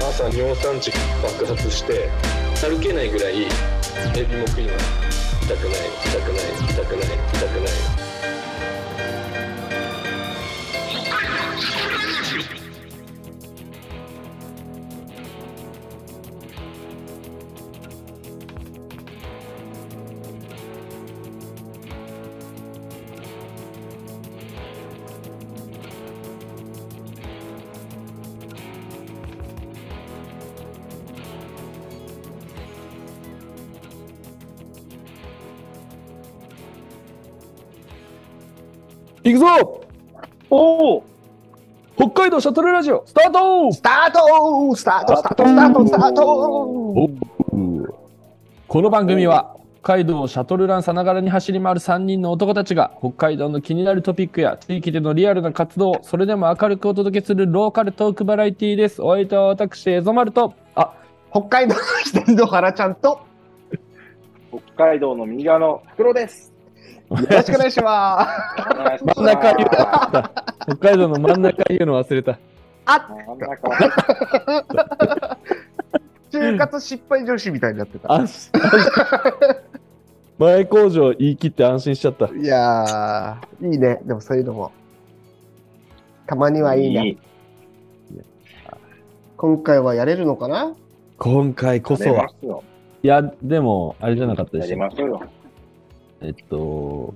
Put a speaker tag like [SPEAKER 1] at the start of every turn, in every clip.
[SPEAKER 1] 朝尿酸値爆発して歩けないぐらいエビも食います痛くない痛くない痛くない痛くない
[SPEAKER 2] 行くぞ
[SPEAKER 3] おお
[SPEAKER 2] 北海道シャトルラジオスタート
[SPEAKER 4] スタートスタートスタートスタートスタート
[SPEAKER 2] この番組は北海道をシャトルランさながらに走り回る3人の男たちが北海道の気になるトピックや地域でのリアルな活動をそれでも明るくお届けするローカルトークバラエティーです。お相手は私、エゾマルと、あ、
[SPEAKER 4] 北海道の左の原ちゃんと
[SPEAKER 3] 北海道の右側 の袋です。
[SPEAKER 4] よろしくお願いします。
[SPEAKER 3] お願いします
[SPEAKER 2] 真ん中言うの忘れた。北海道の真ん中言うの忘れ た。
[SPEAKER 4] あ
[SPEAKER 3] 真ん中
[SPEAKER 4] 就活失敗女子みたいになってた。
[SPEAKER 2] 安心前工場言い切って安心しちゃった。
[SPEAKER 4] いやー、いいね。でもそういうのも。たまに はいいね。今回はやれるのかな
[SPEAKER 2] 今回こそ
[SPEAKER 3] やり
[SPEAKER 2] は
[SPEAKER 3] ま。すよ。
[SPEAKER 2] いや、でも、あれじゃなかったで
[SPEAKER 3] や
[SPEAKER 2] し
[SPEAKER 3] り
[SPEAKER 2] ょ。
[SPEAKER 3] ますよ。
[SPEAKER 2] えっと、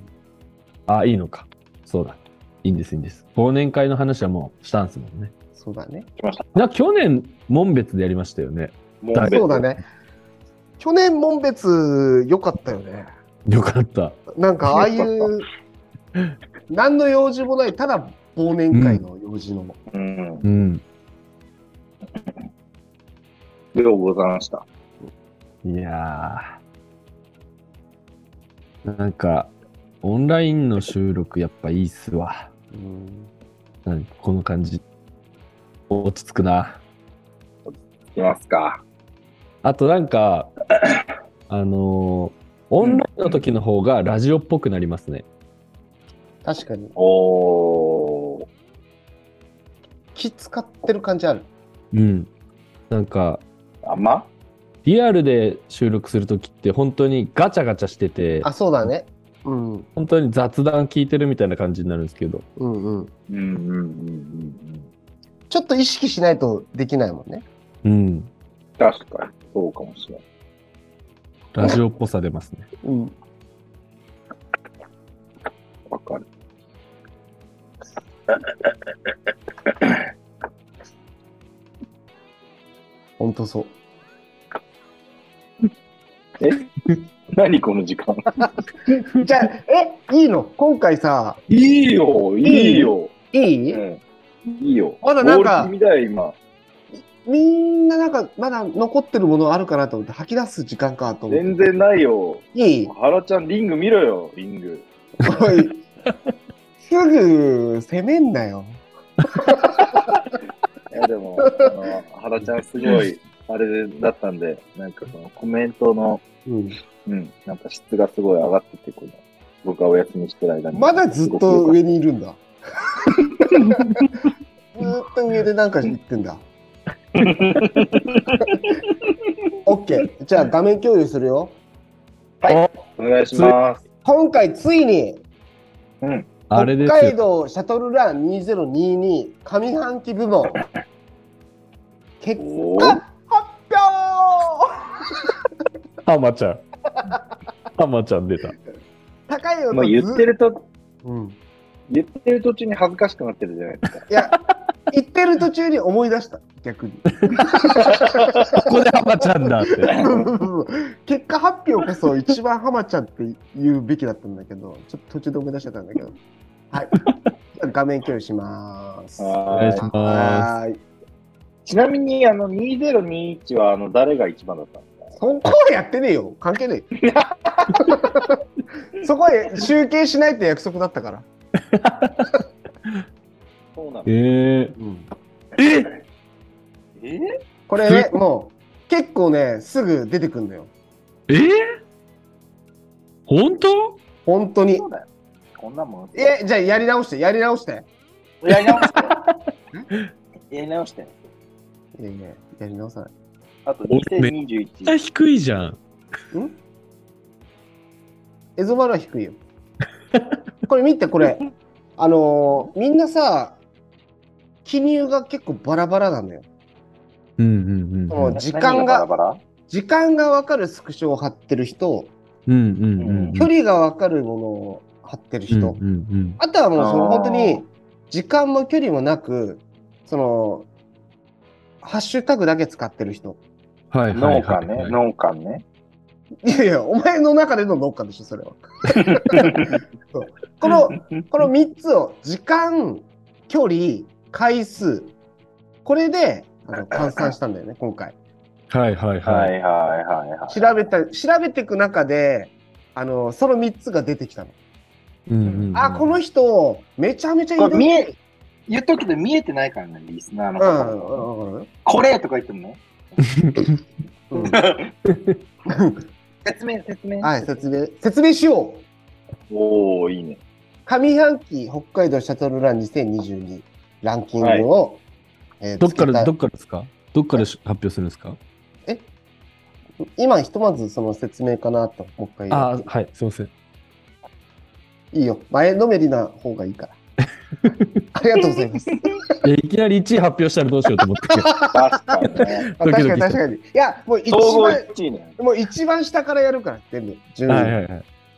[SPEAKER 2] あ、いいのか。そうだ。いいんです、いいんです。忘年会の話はもうしたんですもんね。
[SPEAKER 4] そうだね。
[SPEAKER 3] 来ました。
[SPEAKER 2] な去年、門別でやりましたよね。
[SPEAKER 3] も
[SPEAKER 2] だいぶ
[SPEAKER 4] そうだ。ね。去年、門別良かったよね。
[SPEAKER 2] よかった。
[SPEAKER 4] なんかああいう、何の用事もない、ただ忘年会の用事の。
[SPEAKER 3] うん。
[SPEAKER 2] うん。
[SPEAKER 3] ようございました。
[SPEAKER 2] いやー。なんか、オンラインの収録やっぱいいっすわ。
[SPEAKER 4] うん
[SPEAKER 2] なんかこの感じ。落ち着くな。
[SPEAKER 3] 行きますか。
[SPEAKER 2] あとなんか、 あのーオンラインの時の方がラジオっぽくなりますね。
[SPEAKER 4] 確かに。
[SPEAKER 3] おお
[SPEAKER 4] 気使ってる感じある。
[SPEAKER 2] うん。なんか、
[SPEAKER 3] ー。あんま
[SPEAKER 2] リアルで収録するときって本当にガチャガチャしてて、
[SPEAKER 4] あ、そうだね。うん。うん
[SPEAKER 2] 本当に雑談聞いてるみたいな感じになるんですけど、
[SPEAKER 4] うん。
[SPEAKER 3] うんうんうんうん。
[SPEAKER 4] ちょっと意識しないとできないもんね。
[SPEAKER 2] うん。
[SPEAKER 3] 確かに。そうかもしれない。
[SPEAKER 2] ラジオっぽさ出ますね。
[SPEAKER 4] うん。
[SPEAKER 3] わかる。
[SPEAKER 4] ほんとそう。
[SPEAKER 3] 何この時間。
[SPEAKER 4] じゃあ、え、いいの今回さ、
[SPEAKER 3] いいよ、いいよ。
[SPEAKER 4] いい、
[SPEAKER 3] うん。いいよ。
[SPEAKER 4] まだなんか
[SPEAKER 3] ゴール気味だよ、今。
[SPEAKER 4] みんななんか、まだ残ってるものあるかなと思って、吐き出す時間かと思って。
[SPEAKER 3] 全然ないよ。
[SPEAKER 4] いい
[SPEAKER 3] 原ちゃん、リング見ろよ、リング。
[SPEAKER 4] おい。すぐ攻めんなよ。
[SPEAKER 3] いや、でも、あの、原ちゃん、すごい、あれだったんで、なんかその、コメントの、
[SPEAKER 4] うん、
[SPEAKER 3] うん、なんか質がすごい上がってて、この、僕がお休みしてる間に。
[SPEAKER 4] まだずっと上にいるん だ。ずっと上でなんか言ってんだ。オッケー。じゃあ画面共有するよ。
[SPEAKER 3] お願いします。
[SPEAKER 4] 今回ついに
[SPEAKER 3] うん。
[SPEAKER 2] あれで
[SPEAKER 4] 北
[SPEAKER 2] す
[SPEAKER 4] 海
[SPEAKER 2] よ。
[SPEAKER 4] 道シャトルラン2022上半期部門結
[SPEAKER 3] お
[SPEAKER 4] 果
[SPEAKER 3] ー
[SPEAKER 4] 発表
[SPEAKER 2] ハマちゃ ん。ハマちゃん出た。
[SPEAKER 4] 高いよ
[SPEAKER 3] まあ、言って
[SPEAKER 4] る、
[SPEAKER 3] ると、
[SPEAKER 4] うん、い
[SPEAKER 3] 言ってる途中に恥ずかしくなってるじゃないですか。
[SPEAKER 4] や言ってる途中に思い出した逆に
[SPEAKER 2] こ こでハマちゃんだ って。
[SPEAKER 4] 結果発表こそ一番ハマちゃんって言うべきだったんだけどちょっと途中で思い出しちゃったんだけどはいじゃあ画面共有します
[SPEAKER 2] お願いしま
[SPEAKER 4] はーい
[SPEAKER 3] ちなみに、あの、2021は、あの、誰が一番だったんですか
[SPEAKER 4] そこはやってねえよ関係ね えそこは集計しないって約束だったから
[SPEAKER 3] そうなの
[SPEAKER 2] す。え
[SPEAKER 3] え
[SPEAKER 4] これね、もう結構ね、すぐ出てくんだよ。
[SPEAKER 2] ー、えー、本当
[SPEAKER 4] 本当に
[SPEAKER 3] そ。うだよ。こんなもん。
[SPEAKER 4] え、じゃあやり直して、やり直して。
[SPEAKER 3] やり直して。やり直して。
[SPEAKER 4] いやいや、やり直さない。
[SPEAKER 3] あと
[SPEAKER 5] 俺絶対
[SPEAKER 3] 2021。
[SPEAKER 5] 低いじゃん。
[SPEAKER 4] エゾマルは低いよ。これ見て、こ れ。あのーみんなさ、記入が結構バラバラなのよ。
[SPEAKER 5] うんうんうん。
[SPEAKER 4] その時間が
[SPEAKER 3] 何バラバラ
[SPEAKER 4] 時間がわかるスクショを貼ってる人、
[SPEAKER 5] うんうんうん。
[SPEAKER 4] 距離がわかるものを貼ってる人、
[SPEAKER 5] うんうん
[SPEAKER 4] あとはもうその
[SPEAKER 3] あー
[SPEAKER 4] 本当に時間も距離もなく、その、ハッシュタグだけ使ってる人。
[SPEAKER 5] うん。はいは
[SPEAKER 3] 農
[SPEAKER 5] いは
[SPEAKER 3] 家
[SPEAKER 5] いは
[SPEAKER 3] ね、
[SPEAKER 5] い。
[SPEAKER 3] 農家ね。
[SPEAKER 4] いやいや、お前の中での農家でしょ、それは。そうこの、この3つを、時間、距離、回数、これであの換算したんだよね、今回。
[SPEAKER 5] はいはい
[SPEAKER 3] は
[SPEAKER 5] はい。
[SPEAKER 3] いはいはいはい。
[SPEAKER 4] 調べた、調べていく中で、あの、その3つが出てきたの。
[SPEAKER 5] うんうんうん
[SPEAKER 4] あ、この人、めちゃめちゃ
[SPEAKER 3] こ
[SPEAKER 4] 移
[SPEAKER 3] れ
[SPEAKER 4] 動
[SPEAKER 3] 見え、言っとくけど見えてないからね、リスナーの
[SPEAKER 4] う
[SPEAKER 3] 方
[SPEAKER 4] ん、
[SPEAKER 3] も
[SPEAKER 4] うんうん
[SPEAKER 3] これとか言ってもね。
[SPEAKER 4] うん
[SPEAKER 3] 説明、説明。
[SPEAKER 4] はい、説明、説明しよう。
[SPEAKER 3] おおいいね。
[SPEAKER 4] 上半期北海道シャトルラン2022ランキングを、えー
[SPEAKER 5] どっか
[SPEAKER 4] つけた
[SPEAKER 5] ら、どっからですかどっからし発表するんですか
[SPEAKER 4] 今ひとまずその説明かなと、もう一回言う
[SPEAKER 5] あー、はい、すいません。
[SPEAKER 4] いいよ。前のめりな方がいい から。ありがとうございます。
[SPEAKER 5] えいきなり1位発表したらどうしようと思って。
[SPEAKER 3] 確かにね。
[SPEAKER 4] あ
[SPEAKER 5] ドキ
[SPEAKER 4] 確か
[SPEAKER 5] ドキし
[SPEAKER 4] に
[SPEAKER 5] た
[SPEAKER 4] 確かに。いや、もう一
[SPEAKER 3] 総合
[SPEAKER 4] 番、
[SPEAKER 3] 1位ね。
[SPEAKER 4] もう一番下からやるから、全部。順位
[SPEAKER 5] はいはいはい。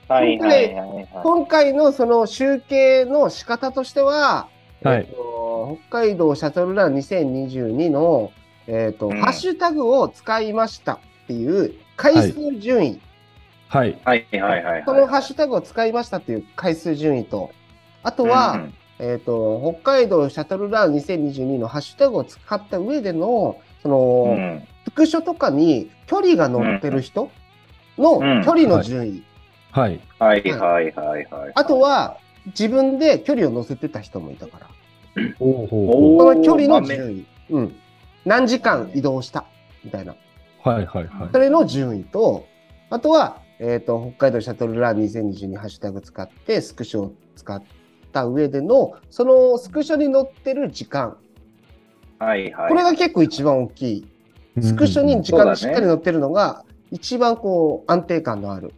[SPEAKER 3] はいはいはいはい。
[SPEAKER 4] 今回のその集計の仕方としては、
[SPEAKER 5] はい
[SPEAKER 4] えっと北海道シャトルラン2022の、えっと
[SPEAKER 3] うん
[SPEAKER 4] ハッシュタグを使いましたっていう回数順位、
[SPEAKER 5] はい。
[SPEAKER 3] はいはいはいはい。
[SPEAKER 4] そのハッシュタグを使いましたっていう回数順位と、あとは、
[SPEAKER 3] うんうん
[SPEAKER 4] えっ、と、北海道シャトルラン2022のハッシュタグを使った上での、そ
[SPEAKER 3] う
[SPEAKER 4] の、
[SPEAKER 3] ん
[SPEAKER 4] スクショとかに距離が載ってる人の
[SPEAKER 3] うん
[SPEAKER 4] 距離の順位。
[SPEAKER 5] はい。
[SPEAKER 3] はいはいはいはい。
[SPEAKER 4] あと、は、自分で距離を載せてた人もいたから。
[SPEAKER 5] ほう
[SPEAKER 3] ほ
[SPEAKER 4] この距離の
[SPEAKER 3] 豆
[SPEAKER 4] 順位。うん。何時間移動したみたいな。
[SPEAKER 5] はいはいはい
[SPEAKER 4] そ。れの順位と、あとは、えっ、と、北海道シャトルラン2022ハッシュタグ使って、スクショを使った上での、そのスクショに載ってる時間。
[SPEAKER 3] はいはい。
[SPEAKER 4] これが結構一番大きい。スクショに時間がしっかり載ってるのが、一番こう安定感のある、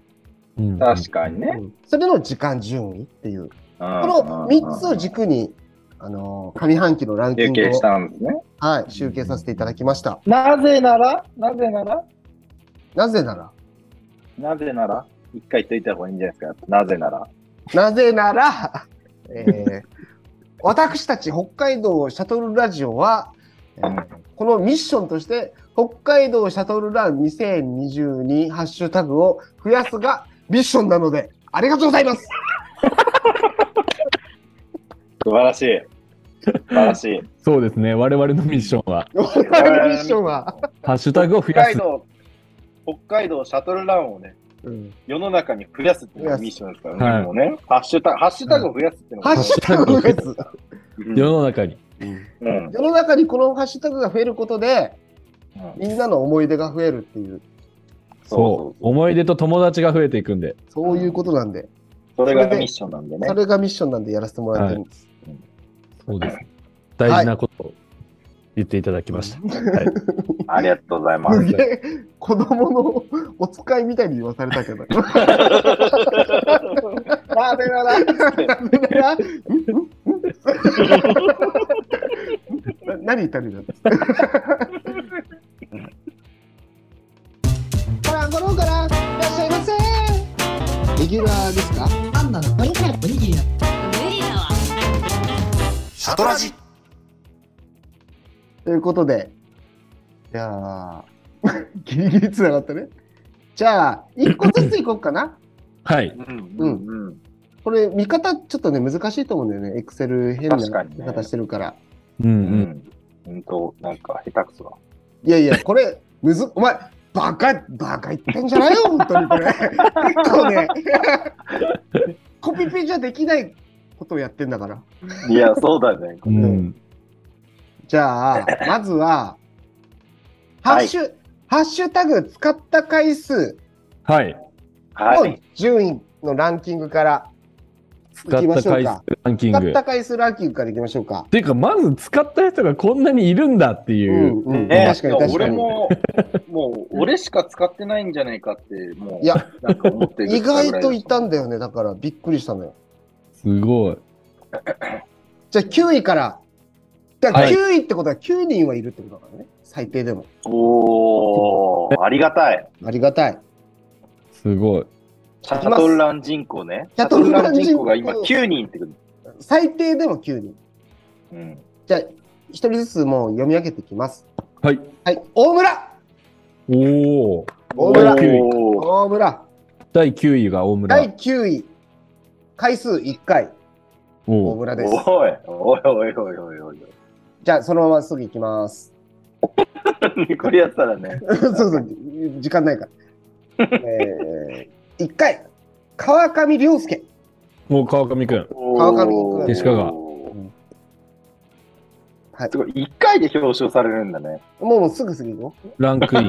[SPEAKER 5] うん
[SPEAKER 3] 確かにね。
[SPEAKER 4] うんそれの時間順位っていう、
[SPEAKER 3] こ
[SPEAKER 4] この3つを軸に、あのー上半期のランキ
[SPEAKER 3] 集
[SPEAKER 4] ング
[SPEAKER 3] 計し
[SPEAKER 4] を、
[SPEAKER 3] たんですね。
[SPEAKER 4] はい、集計させていただきました。
[SPEAKER 3] なぜならなぜなら
[SPEAKER 4] なぜなら、
[SPEAKER 3] なぜなら一回言っといた方がいいんじゃないですか。なぜなら。
[SPEAKER 4] なぜなら、えー私たち北海道シャトルラジオは、えーこのミッションとして、北海道シャトルラン2022ハッシュタグを増やすがミッションなので、ありがとうございます
[SPEAKER 3] 素晴らしい。素晴らしい。
[SPEAKER 5] そうですね。我々のミッションは、
[SPEAKER 4] 我々のミッションは。
[SPEAKER 5] ハッシュタグを増
[SPEAKER 3] 北
[SPEAKER 5] や
[SPEAKER 3] 海
[SPEAKER 5] す。
[SPEAKER 3] 道、北海道シャトルランをね、世の中に増やすっていうのがミッションですからね。
[SPEAKER 5] はい
[SPEAKER 3] もうねハッシュタグ、ハッシュタグを増やすっていうの
[SPEAKER 4] ハ
[SPEAKER 3] が、
[SPEAKER 4] ッシュタグを増やす。
[SPEAKER 3] うん
[SPEAKER 5] 世の中に。
[SPEAKER 3] うん
[SPEAKER 4] 世の中にこのハッシュタグが増えることで、みんなの思い出が増えるっていう、
[SPEAKER 5] そう。思い出と友達が増えていくんで。
[SPEAKER 4] そういうことなんで、
[SPEAKER 3] それ
[SPEAKER 4] それで
[SPEAKER 3] がミッションなんでね
[SPEAKER 4] そ。れがミッションなんでやらせてもらってるんです。
[SPEAKER 5] そうです。大事なことを言っていただきました。はい。
[SPEAKER 3] ありがとうございま
[SPEAKER 4] す
[SPEAKER 3] す。
[SPEAKER 4] げえ、子供のお使いみたいに言わされたけど。
[SPEAKER 3] なぜなら
[SPEAKER 4] な何言ったらいいんだごらんごろんからいらっしゃいませレギュラーですか
[SPEAKER 6] パンダのおにぎりだおにぎりだ
[SPEAKER 7] 無理だわ
[SPEAKER 4] ということで、じゃあ、 ギリギリつながったね。じゃあ、一個ずついこうかな。
[SPEAKER 5] はい。
[SPEAKER 3] うん
[SPEAKER 4] う
[SPEAKER 3] うんん
[SPEAKER 4] これ、見方ちょっとね、難しいと思うんだよね。エクセル変な
[SPEAKER 3] 確かにね
[SPEAKER 4] 見方してるから。
[SPEAKER 5] うん
[SPEAKER 3] う
[SPEAKER 5] うん。
[SPEAKER 3] ん。本当、なんか下手くそだ。
[SPEAKER 4] いやいや、これ、むず、お前、バカ、バカ言ってんじゃないよ、本当にこれ。結構ね、コピペじゃできないことをやってんだから。
[SPEAKER 3] いや、そうだね。
[SPEAKER 5] うん。
[SPEAKER 4] じゃあ、まずは、ハ
[SPEAKER 3] はい
[SPEAKER 4] ッシュ、ハッシュタグ使った回数
[SPEAKER 5] はい。
[SPEAKER 3] は
[SPEAKER 4] の
[SPEAKER 3] い。
[SPEAKER 4] 順位のランキングから
[SPEAKER 2] 使った回数ランキン
[SPEAKER 4] 使
[SPEAKER 2] グ。
[SPEAKER 4] っ
[SPEAKER 2] った
[SPEAKER 4] 回数ランキングからいきましょうか。
[SPEAKER 2] ていうか、まず使った人がこんなにいるんだって
[SPEAKER 4] う
[SPEAKER 2] いう。
[SPEAKER 4] んうん、
[SPEAKER 3] ね
[SPEAKER 4] 確かに
[SPEAKER 3] いや
[SPEAKER 4] 確か
[SPEAKER 3] 俺
[SPEAKER 4] に。
[SPEAKER 3] も、もう、俺しか使ってないんじゃないかって、もう、
[SPEAKER 4] いや、
[SPEAKER 3] なんか思ってる
[SPEAKER 4] 意外といたん
[SPEAKER 3] だ。
[SPEAKER 4] だよね。だからびっくりしたのよ。
[SPEAKER 2] すごい。
[SPEAKER 4] じゃあ9位から。だから
[SPEAKER 2] はい
[SPEAKER 4] 9位ってことは9人はいるってことだからね。最低でも。
[SPEAKER 3] おー、ありがたい。
[SPEAKER 4] ありがたい。
[SPEAKER 2] すごい。
[SPEAKER 3] シャトルラン人口ね。
[SPEAKER 4] シ
[SPEAKER 3] シ
[SPEAKER 4] ャ
[SPEAKER 3] ャ
[SPEAKER 4] ト
[SPEAKER 3] ト
[SPEAKER 4] ル
[SPEAKER 3] ル
[SPEAKER 4] ラ
[SPEAKER 3] ラ
[SPEAKER 4] ン
[SPEAKER 3] ン
[SPEAKER 4] 人
[SPEAKER 3] 人
[SPEAKER 4] 口
[SPEAKER 3] 口が今9人ってこと。
[SPEAKER 4] 最低でも9人。
[SPEAKER 3] うん。
[SPEAKER 4] じゃあ、1人ずつもう読み上げていきます。
[SPEAKER 2] はい。
[SPEAKER 4] はい。大村
[SPEAKER 2] おお。
[SPEAKER 4] 大村
[SPEAKER 3] おー
[SPEAKER 4] 大村。
[SPEAKER 2] 第9位が大村。
[SPEAKER 4] 第9位。回数1回。
[SPEAKER 2] お
[SPEAKER 4] 大
[SPEAKER 2] お。
[SPEAKER 4] 村です。
[SPEAKER 3] おい、おいおいおいおいおい
[SPEAKER 4] じゃあ、そのまますぐ行きます。
[SPEAKER 3] おい。これやったらね。
[SPEAKER 4] そうそう、時間ないから。えー、1回、川上良介。
[SPEAKER 2] もう川上くん。
[SPEAKER 4] 川上
[SPEAKER 3] おー
[SPEAKER 2] 西川が
[SPEAKER 4] はい
[SPEAKER 3] す、ごい、1回で表彰されるんだね。
[SPEAKER 4] もうもうすぐすぐ行こ
[SPEAKER 2] ランク イン。
[SPEAKER 4] う。う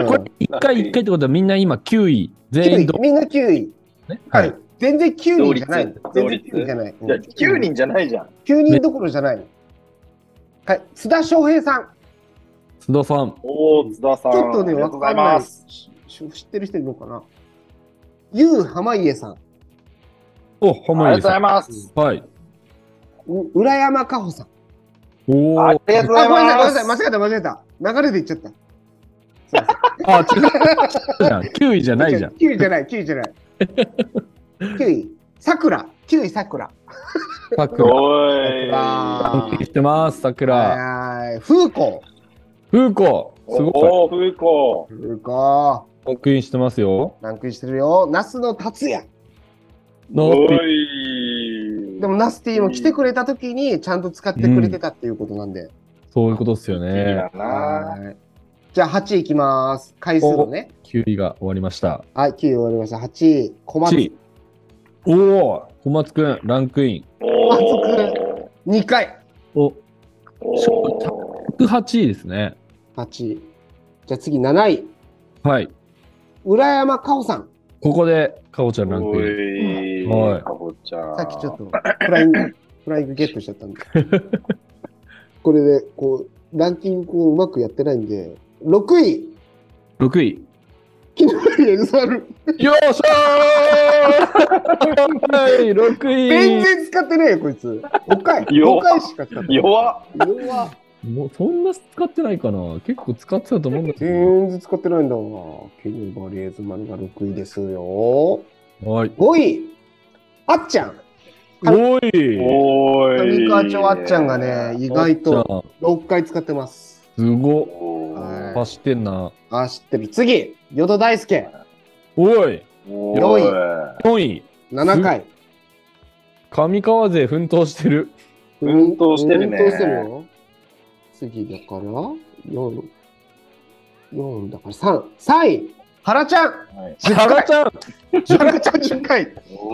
[SPEAKER 4] ん
[SPEAKER 2] これ、1回1回ってことはみんな今9位。
[SPEAKER 4] 9
[SPEAKER 2] 全員
[SPEAKER 4] 位
[SPEAKER 2] ど、
[SPEAKER 4] みんな9位。
[SPEAKER 2] ね。
[SPEAKER 4] は
[SPEAKER 2] はい
[SPEAKER 4] い。。全然9人じゃないの。全
[SPEAKER 3] 同
[SPEAKER 4] 然
[SPEAKER 3] 率
[SPEAKER 4] 9人じゃない。
[SPEAKER 3] いや、9人じゃないじゃん。
[SPEAKER 4] 9人どころじゃないの。はい、津田翔平さん。
[SPEAKER 2] 須田さん。
[SPEAKER 3] おー、津田さん。
[SPEAKER 4] ちょっとね、
[SPEAKER 3] ありが
[SPEAKER 4] わ
[SPEAKER 3] とうござ
[SPEAKER 4] か
[SPEAKER 3] い
[SPEAKER 4] んない
[SPEAKER 3] ま。
[SPEAKER 4] ですす。し知ってる人いるのかなゆう濱家さん。
[SPEAKER 3] あ
[SPEAKER 2] お、
[SPEAKER 3] りが
[SPEAKER 2] 浜
[SPEAKER 3] とう
[SPEAKER 2] 家
[SPEAKER 3] ござ
[SPEAKER 2] さ
[SPEAKER 3] います。
[SPEAKER 2] ん。はい。
[SPEAKER 4] う浦山かほさん。
[SPEAKER 2] おお。
[SPEAKER 3] あ
[SPEAKER 2] あ
[SPEAKER 3] り、がとうござ
[SPEAKER 4] あ、
[SPEAKER 3] い
[SPEAKER 4] ごめんなさ
[SPEAKER 3] ま
[SPEAKER 4] い、ごめんな
[SPEAKER 3] す。
[SPEAKER 4] さい、間違えた、間違えた。流れでいっちゃった。
[SPEAKER 2] 違う。じゃん。9位じ ゃないじゃん。
[SPEAKER 4] 9位じゃない、9位じゃない。9位、 さくら、9位、さくら。
[SPEAKER 2] 桜。
[SPEAKER 3] お
[SPEAKER 4] あ
[SPEAKER 3] い。
[SPEAKER 2] ランクインしてます、桜。
[SPEAKER 4] はい、風子。
[SPEAKER 2] 風子。すごい。
[SPEAKER 3] おー、風子。
[SPEAKER 4] 風子、
[SPEAKER 2] ランクインしてますよ。
[SPEAKER 4] ランクインしてるよ。那須野達也。
[SPEAKER 2] ノー
[SPEAKER 3] お
[SPEAKER 2] ピー
[SPEAKER 3] い。
[SPEAKER 4] でも、ナスティも来てくれた時に、ちゃんと使ってくれてたっていうことなんで。
[SPEAKER 2] そういうことですよ
[SPEAKER 3] いい
[SPEAKER 2] ね
[SPEAKER 3] だ。な。
[SPEAKER 4] はいじゃあ、8位いきます。回数のね。
[SPEAKER 2] 9位が終わりました。
[SPEAKER 4] はい、9位終わりました。8位、小
[SPEAKER 2] 1
[SPEAKER 4] 松
[SPEAKER 2] 位。。おお小松くん、ランクイン。
[SPEAKER 3] お
[SPEAKER 4] 満
[SPEAKER 3] ー。
[SPEAKER 4] 2回。
[SPEAKER 2] お、
[SPEAKER 3] お
[SPEAKER 2] 108位ですね。
[SPEAKER 4] 8位。じゃあ次、7位。
[SPEAKER 2] はい。
[SPEAKER 4] 浦山かほさん。
[SPEAKER 2] ここで、かおちゃんラン
[SPEAKER 3] お
[SPEAKER 2] クイン。
[SPEAKER 3] い。
[SPEAKER 2] はい
[SPEAKER 3] かぼちゃん。
[SPEAKER 4] さっきちょっとフライング、フライングゲットしちゃったんで。これで、こう、ランキングをうまくやってないんで、6位、
[SPEAKER 2] 6位。
[SPEAKER 4] 木の上エグザル。
[SPEAKER 2] よっしゃーはい、
[SPEAKER 4] 全
[SPEAKER 2] 6位。
[SPEAKER 4] 然使ってねえよ、こいつ。5回、
[SPEAKER 3] 弱
[SPEAKER 4] 5回しか使ってない。
[SPEAKER 3] 弱っ。
[SPEAKER 4] 弱
[SPEAKER 2] もうそんな使ってないかな結構使ってたと思うんだけ
[SPEAKER 4] 全然使ってないんだわ。ケニーバリエーズマルが6位ですよ。
[SPEAKER 2] ど。はい。
[SPEAKER 4] 5位、あっちゃん。
[SPEAKER 2] おい
[SPEAKER 3] おい。
[SPEAKER 4] 上川町あっちゃんがね、意外と
[SPEAKER 2] と。
[SPEAKER 4] 6回使ってます。
[SPEAKER 2] すごっ。
[SPEAKER 3] おー。
[SPEAKER 4] はい
[SPEAKER 2] 走ってんな。
[SPEAKER 4] あ、知ってる。次、淀戸大輔、
[SPEAKER 2] おい
[SPEAKER 3] お
[SPEAKER 4] 四
[SPEAKER 3] い。
[SPEAKER 2] !4 位。
[SPEAKER 4] 7回。
[SPEAKER 2] 上川勢奮闘してる。
[SPEAKER 3] 奮闘してるね
[SPEAKER 4] 奮闘してるよ。次だから、4、4だから3、3位、原ちゃん
[SPEAKER 3] はい
[SPEAKER 2] 原ちゃん
[SPEAKER 4] 原ちゃん10回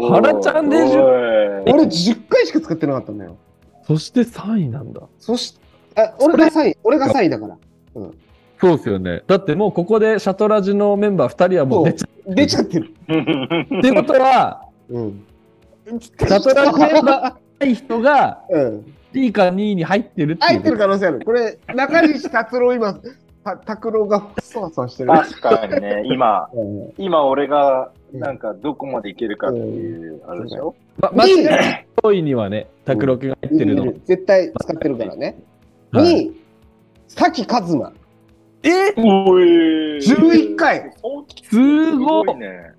[SPEAKER 2] 原ちゃんでしょ
[SPEAKER 3] おい
[SPEAKER 4] 俺10回しか使ってなかったんだよ。
[SPEAKER 2] そして3位なんだ。
[SPEAKER 4] そし、あ俺が3位、俺が3位だから。
[SPEAKER 2] そうですよね。だってもうここでシャトラジのメンバー2人はもう出ちゃ
[SPEAKER 4] 出ちゃってる。
[SPEAKER 2] う。ってことは、
[SPEAKER 4] うん。シ
[SPEAKER 2] ャトラジメンバーない人が
[SPEAKER 4] うん。
[SPEAKER 2] D か2位に入ってるってい
[SPEAKER 4] 入
[SPEAKER 2] う
[SPEAKER 4] ってる可能性ある。これ、中西達郎今、た拓郎がそわそわしてる。
[SPEAKER 3] 確かにね、今、
[SPEAKER 4] うん
[SPEAKER 3] 今俺が、
[SPEAKER 4] うん
[SPEAKER 3] なんかどこまでいけるかっていう、あれでしょ
[SPEAKER 2] ま、間違いない上位にはね、拓郎君が入ってる
[SPEAKER 4] い
[SPEAKER 2] の
[SPEAKER 4] る。絶対使ってるからね。
[SPEAKER 2] は
[SPEAKER 4] 2
[SPEAKER 2] い
[SPEAKER 4] 位、崎一馬。
[SPEAKER 2] え
[SPEAKER 3] おい
[SPEAKER 4] 11回。
[SPEAKER 2] すごい
[SPEAKER 3] ね。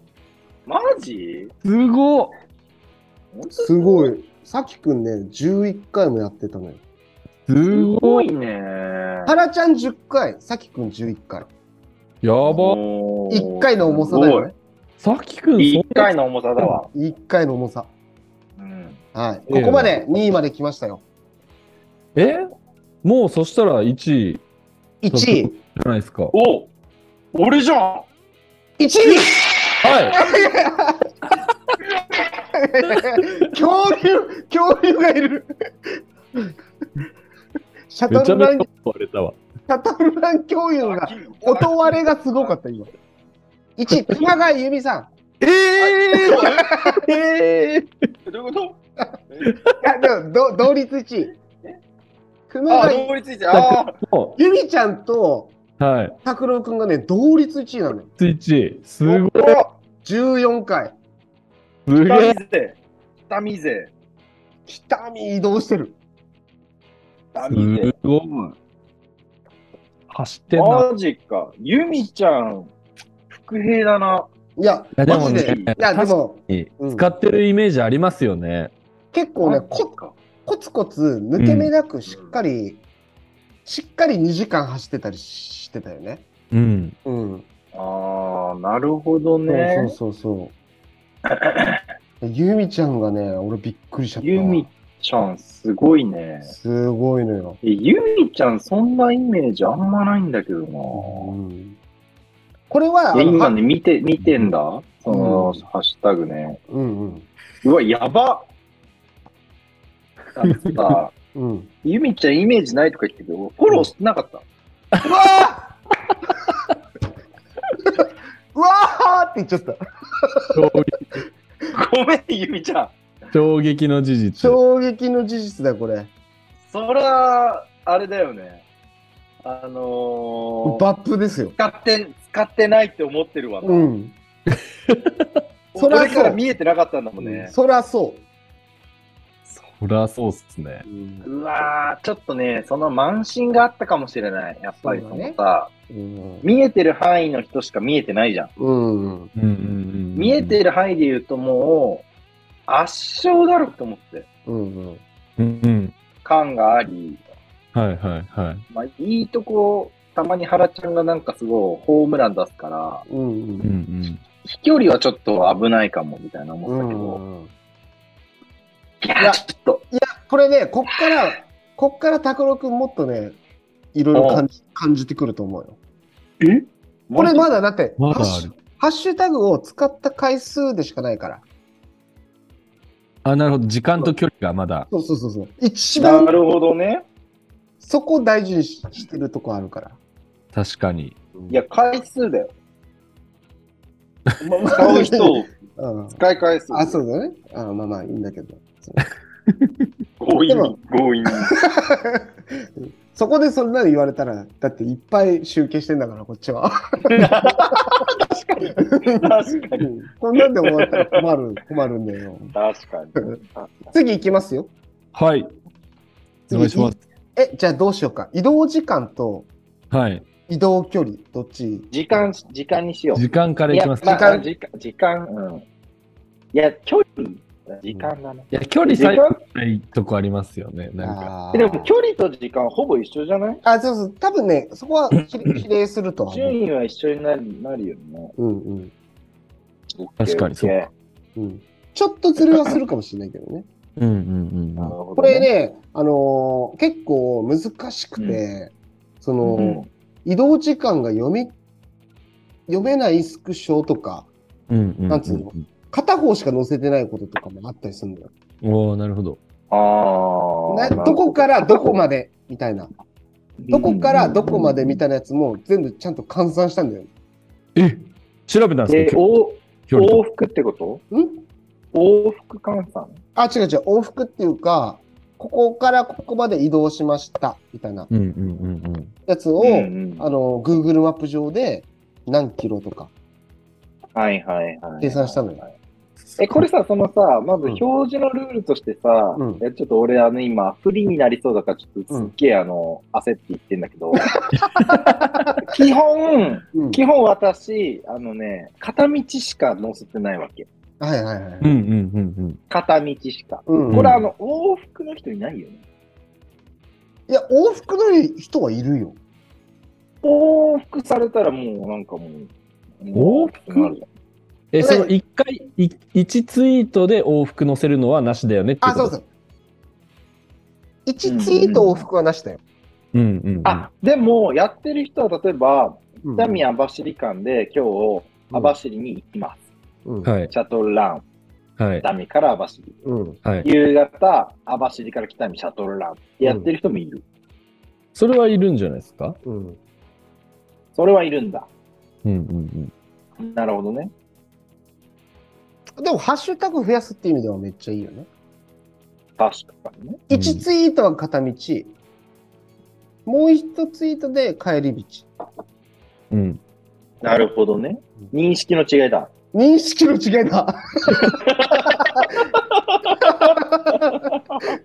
[SPEAKER 3] マジ
[SPEAKER 2] すごっ
[SPEAKER 4] すごい。さきくんね、11回もやってたのよ。
[SPEAKER 2] す
[SPEAKER 3] す
[SPEAKER 2] ご
[SPEAKER 3] ご
[SPEAKER 2] い
[SPEAKER 3] いね。
[SPEAKER 4] 原ちゃん10回、さきくん11回。
[SPEAKER 2] やば
[SPEAKER 3] おー
[SPEAKER 4] 1回の重さだよね。
[SPEAKER 2] さき
[SPEAKER 3] す
[SPEAKER 2] くんそ
[SPEAKER 3] ごい
[SPEAKER 2] ん
[SPEAKER 3] 一回の重さだわ。
[SPEAKER 4] 1回の重さ。
[SPEAKER 3] うん
[SPEAKER 4] はい。
[SPEAKER 2] ええ
[SPEAKER 4] ここまで2位まで来ましたよ。
[SPEAKER 2] えもうそしたら1位じ
[SPEAKER 4] 1位。
[SPEAKER 2] ゃないですか。は
[SPEAKER 3] お俺じゃん
[SPEAKER 4] 1位
[SPEAKER 2] い
[SPEAKER 4] 恐竜、恐竜がいる。シャ
[SPEAKER 2] めち
[SPEAKER 4] ト
[SPEAKER 2] ゃ
[SPEAKER 4] ルラ
[SPEAKER 2] め
[SPEAKER 4] ン、
[SPEAKER 2] ち
[SPEAKER 4] シ
[SPEAKER 2] ゃ壊れたわ。
[SPEAKER 4] ャトルラン恐竜が、音割れがすごかった、今。1位、熊谷由美さん。
[SPEAKER 5] ええええ
[SPEAKER 3] どういうこと
[SPEAKER 4] や、でも、ど同率1位。熊
[SPEAKER 3] あ
[SPEAKER 4] 谷、
[SPEAKER 3] ー、同率1位。あー
[SPEAKER 5] も
[SPEAKER 4] ゆみちゃんと
[SPEAKER 5] うはい。
[SPEAKER 4] 拓郎くんがね、同率1位なのよ。
[SPEAKER 5] スイッチ。すごい。
[SPEAKER 4] 14回。
[SPEAKER 5] すげえ。
[SPEAKER 3] 北見勢。北見勢。
[SPEAKER 4] 北に移動してる。
[SPEAKER 3] 北見勢
[SPEAKER 5] す。ごい。走ってんな。
[SPEAKER 3] マジか。ユミちゃん、伏兵だな。
[SPEAKER 4] いや、
[SPEAKER 5] いやでも
[SPEAKER 4] マジで。
[SPEAKER 5] ね
[SPEAKER 4] いや、でも、うん
[SPEAKER 5] 使ってるイメージありますよね。
[SPEAKER 4] 結構ね、
[SPEAKER 3] マ
[SPEAKER 4] こ
[SPEAKER 3] ジか
[SPEAKER 4] コツコツ抜け目なくしっかり、しっかり2時間走ってたりしてたよね。
[SPEAKER 5] うん。
[SPEAKER 4] うん。
[SPEAKER 3] あー、なるほど
[SPEAKER 4] そう
[SPEAKER 3] ね。
[SPEAKER 4] そうそうそう。ゆみちゃんがね、俺びっくりしちゃった。
[SPEAKER 3] ユミちゃん、すごいね。
[SPEAKER 4] すごいのよ。
[SPEAKER 3] えユミちゃん、そんなイメージあんまないんだけどな。
[SPEAKER 4] うんこれは、あ
[SPEAKER 3] いや、今
[SPEAKER 4] の
[SPEAKER 3] ね、見て、見てんだ。その、
[SPEAKER 4] うん
[SPEAKER 3] ハッシュタグね。
[SPEAKER 4] うん
[SPEAKER 3] うわ、やばあのさ、
[SPEAKER 4] うん。うん。
[SPEAKER 3] ユミちゃんイメージないとか言ってるけど、フォローしてなかった。
[SPEAKER 4] うわーうわーって言っちゃった。
[SPEAKER 5] 衝撃
[SPEAKER 3] ごめん、ユミちゃん。
[SPEAKER 5] 衝撃の事実。
[SPEAKER 4] 衝撃の事実だ、これ。
[SPEAKER 3] そりゃ、あれだよね。あのー、
[SPEAKER 4] バップですよ。
[SPEAKER 3] 使って、使ってないって思ってるわな。
[SPEAKER 4] うん。そ
[SPEAKER 3] そ
[SPEAKER 4] りゃそう
[SPEAKER 3] れから見えてなかったんだもんね。
[SPEAKER 4] そらそ
[SPEAKER 5] そりゃそうっすね
[SPEAKER 4] う。。うん
[SPEAKER 3] うわー、ちょっとね、その慢心があったかもしれない。やっぱりそ
[SPEAKER 4] そうだ
[SPEAKER 3] の
[SPEAKER 4] ね
[SPEAKER 3] さ、
[SPEAKER 4] うん
[SPEAKER 3] 見えてる範囲の人しか見えてないじゃん。
[SPEAKER 4] うん。
[SPEAKER 5] うんうんうん。
[SPEAKER 3] 見えてる範囲で言うともう、圧勝だろうと思って。
[SPEAKER 4] うん。
[SPEAKER 5] うんうん。
[SPEAKER 3] 感があり、
[SPEAKER 5] はいはいはい。
[SPEAKER 3] まあ、いいとこ、たまに原ちゃんがなんかすごいホームラン出すから、
[SPEAKER 4] うん。うん
[SPEAKER 5] うんうん。
[SPEAKER 3] 飛距離はちょっと危ないかもみたいな思ってたけど、
[SPEAKER 4] うん
[SPEAKER 3] いや、ちょっと、
[SPEAKER 4] これね、こっから、こっから拓郎くんもっとね、いろいろ感じ感じてくると思うよ。これまだだって、
[SPEAKER 5] まだ
[SPEAKER 4] ハッ
[SPEAKER 5] あ
[SPEAKER 4] シュ
[SPEAKER 5] る。
[SPEAKER 4] ハッシュタグを使った回数でしかないから。
[SPEAKER 5] あ、なるほど。時間と距離がまだ。
[SPEAKER 4] そうそうそうそう。一
[SPEAKER 3] な
[SPEAKER 4] 番
[SPEAKER 3] るほどね。
[SPEAKER 4] そこ大事にししてるとこあるから。
[SPEAKER 5] 確かに。
[SPEAKER 3] いや、回数だよ。使う人を
[SPEAKER 4] うん、
[SPEAKER 3] 使い返す。
[SPEAKER 4] あ、そうだね。あまあまあいいんだけど。
[SPEAKER 3] 強
[SPEAKER 4] で
[SPEAKER 3] 引
[SPEAKER 4] も
[SPEAKER 3] に、強引に。
[SPEAKER 4] そこでそんなの言われたら、だっていっぱい集計してんだから、こっちは。
[SPEAKER 3] 確かに。
[SPEAKER 4] こんなんで終わったら困る、困るんだよ。
[SPEAKER 3] 確かに。
[SPEAKER 4] 次行きますよ。
[SPEAKER 5] はい。お
[SPEAKER 4] 次
[SPEAKER 5] 願いします。
[SPEAKER 4] え、じゃあどうしようか。移動時間と
[SPEAKER 5] はい。
[SPEAKER 4] 移動距離、どっち
[SPEAKER 3] 時間、時間にしよう。
[SPEAKER 5] 時間からいきます。
[SPEAKER 3] いや
[SPEAKER 4] 時
[SPEAKER 3] まあ
[SPEAKER 4] 間
[SPEAKER 3] 時間、時間。うん。いや、距離。時間だね。
[SPEAKER 5] いや、距離
[SPEAKER 3] 時
[SPEAKER 5] 最
[SPEAKER 3] 間
[SPEAKER 5] ないとこありますよね。なんか。
[SPEAKER 4] あー
[SPEAKER 3] えでも、距離と時間ほぼ一緒じゃない
[SPEAKER 4] あ、そうそう。多分ね、そこは比比例するとは 思う。
[SPEAKER 3] 順位は一緒になるなるよね。
[SPEAKER 4] うんうん
[SPEAKER 5] 確かにそう
[SPEAKER 3] オッケーオッケ
[SPEAKER 4] うん。ちょっとずれはするかもしれないけどね。
[SPEAKER 5] うんうん
[SPEAKER 3] ーなるほど
[SPEAKER 4] これ、ね、あのー結構難しくて、その、
[SPEAKER 3] うん
[SPEAKER 4] 移動時間が読み、読めないスクショとか、
[SPEAKER 5] うんうんうん。
[SPEAKER 4] なんつうの片方しか載せてないこととかもあったりするんだよ。
[SPEAKER 5] おおなるほど。
[SPEAKER 3] あー
[SPEAKER 4] な
[SPEAKER 3] なるほ
[SPEAKER 4] どこからどこまでみたいな。どこからどこまでみ
[SPEAKER 3] い
[SPEAKER 4] たいなやつも全部ちゃんと換算したんだよ。
[SPEAKER 5] え調べたんで
[SPEAKER 3] え
[SPEAKER 5] すか、
[SPEAKER 3] お
[SPEAKER 5] 距離と
[SPEAKER 3] 往復ってこと
[SPEAKER 4] ん
[SPEAKER 3] 往復換算
[SPEAKER 4] あ、違う違う。往復っていうか、ここからここまで移動しました。みたいな
[SPEAKER 5] うんうんうんうん。
[SPEAKER 4] やつを、
[SPEAKER 3] うんうん
[SPEAKER 4] あの、Google マップ上で何キロとか。
[SPEAKER 3] はいはいはい。
[SPEAKER 4] 計算したのよ。
[SPEAKER 3] え、これさ、そのさ、まず表示のルールとしてさ、
[SPEAKER 4] うん
[SPEAKER 3] えちょっと俺、あの、今、不利になりそうだから、ちょっとすっげえ、あの、焦って言ってんだけど、 基本、
[SPEAKER 4] うん
[SPEAKER 3] 基本私、あのね、片道しか乗せてないわけ。
[SPEAKER 4] はいはいはい。
[SPEAKER 5] うんうんうんうん。
[SPEAKER 3] 片道しか。
[SPEAKER 4] うん
[SPEAKER 3] これ、
[SPEAKER 5] は
[SPEAKER 3] あの、往復の人いないよね。
[SPEAKER 4] いや、往復の人はいるよ。
[SPEAKER 3] 往復されたらもう、なんかもう、もう
[SPEAKER 5] 往復
[SPEAKER 3] なるよ
[SPEAKER 5] え、
[SPEAKER 4] それ
[SPEAKER 5] その一回、い一ツイートで往復載せるのはなしだよねってい
[SPEAKER 4] あ、そう
[SPEAKER 5] う
[SPEAKER 4] そ
[SPEAKER 5] こ
[SPEAKER 4] う。1ツイート往復はなしだよ。
[SPEAKER 5] と。うんうんうん。
[SPEAKER 3] あ、でも、やってる人は、例えば、
[SPEAKER 4] うん
[SPEAKER 3] 北見網走間で、今日、網走に行きます。
[SPEAKER 4] うん
[SPEAKER 5] はい
[SPEAKER 3] シャトルラン、
[SPEAKER 5] はい
[SPEAKER 3] 北見から網走。
[SPEAKER 4] うん。
[SPEAKER 5] はい。
[SPEAKER 3] 夕方、網走から北見シャトルランってやってる人もいる。
[SPEAKER 5] それはいるんじゃないですか
[SPEAKER 4] うん。
[SPEAKER 3] それはいるんだ。
[SPEAKER 5] うんうんうん。
[SPEAKER 3] なるほどね。
[SPEAKER 4] でも、ハッシュタグ増やすっていう意味ではめっちゃいいよね。
[SPEAKER 3] 確かにね。
[SPEAKER 5] うん
[SPEAKER 4] 1ツイートは片道、もう1ツイートで帰り道。
[SPEAKER 5] うん。
[SPEAKER 3] なるほどね。認識の違いだ。
[SPEAKER 4] 認識の違い だ。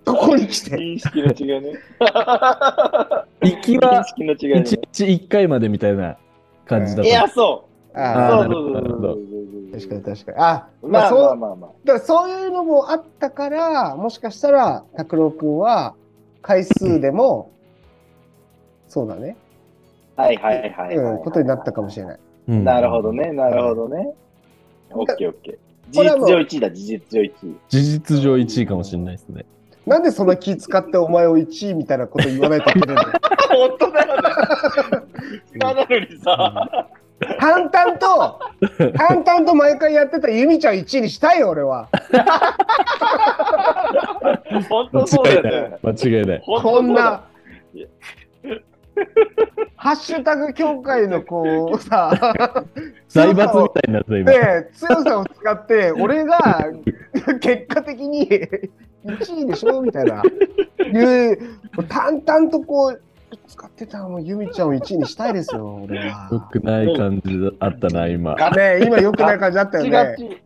[SPEAKER 4] どこに来て。
[SPEAKER 3] 認識の違いね。
[SPEAKER 5] 行き
[SPEAKER 3] 認
[SPEAKER 5] は
[SPEAKER 3] 識の違い
[SPEAKER 5] 1
[SPEAKER 3] ね。
[SPEAKER 5] 日1回までみたいな感じだ
[SPEAKER 3] い
[SPEAKER 5] と。
[SPEAKER 3] や、そう。
[SPEAKER 4] あ
[SPEAKER 5] あ
[SPEAKER 3] そう
[SPEAKER 5] ー
[SPEAKER 3] そうそうそうそ
[SPEAKER 4] あ、
[SPEAKER 3] う
[SPEAKER 4] 確
[SPEAKER 3] そ
[SPEAKER 4] かに
[SPEAKER 3] う
[SPEAKER 4] 確かに。あ、ま
[SPEAKER 3] ま
[SPEAKER 4] あ
[SPEAKER 3] あ
[SPEAKER 4] そう、
[SPEAKER 3] まあまあまあ。
[SPEAKER 4] だからそういうのもあったから、もしかしたら、拓郎くんは、回数でも、そうだね。
[SPEAKER 3] はいはいはいはい、
[SPEAKER 4] うん、ことになったかもしれない。
[SPEAKER 5] うん
[SPEAKER 3] なるほど。ね、なるほどね。オッケーオッケー。
[SPEAKER 4] こ
[SPEAKER 3] 事
[SPEAKER 4] れはもう
[SPEAKER 3] 実上1位だ、事実上1位。
[SPEAKER 5] 事実上1位かもしれないですね。
[SPEAKER 4] なんでそんな気使ってお前を1位みたいなこと言わないといけないんだよ。
[SPEAKER 3] 本当だよね。なのにさ、
[SPEAKER 4] 淡々と、淡々と毎回やってたユミちゃん1位にしたいよ、俺は。
[SPEAKER 3] 本
[SPEAKER 5] 間
[SPEAKER 3] 当そうだ
[SPEAKER 5] 違
[SPEAKER 3] よ
[SPEAKER 5] いな
[SPEAKER 3] ね
[SPEAKER 5] い。。間違いない。
[SPEAKER 3] 本当
[SPEAKER 4] こん
[SPEAKER 3] そうだ。
[SPEAKER 4] な。ハッシュタグ協会のこうさ、
[SPEAKER 5] 財閥みたいになった今。
[SPEAKER 4] で強さを使って、俺が結果的に1位でしょみたいな、いう、淡々とこう、使ってたもうユミちゃんを1位にしたいですよ、俺は。
[SPEAKER 5] よくない感じだあったな、今。
[SPEAKER 4] ね今よくない感じだったよ
[SPEAKER 3] ガッ
[SPEAKER 4] ね。
[SPEAKER 3] チ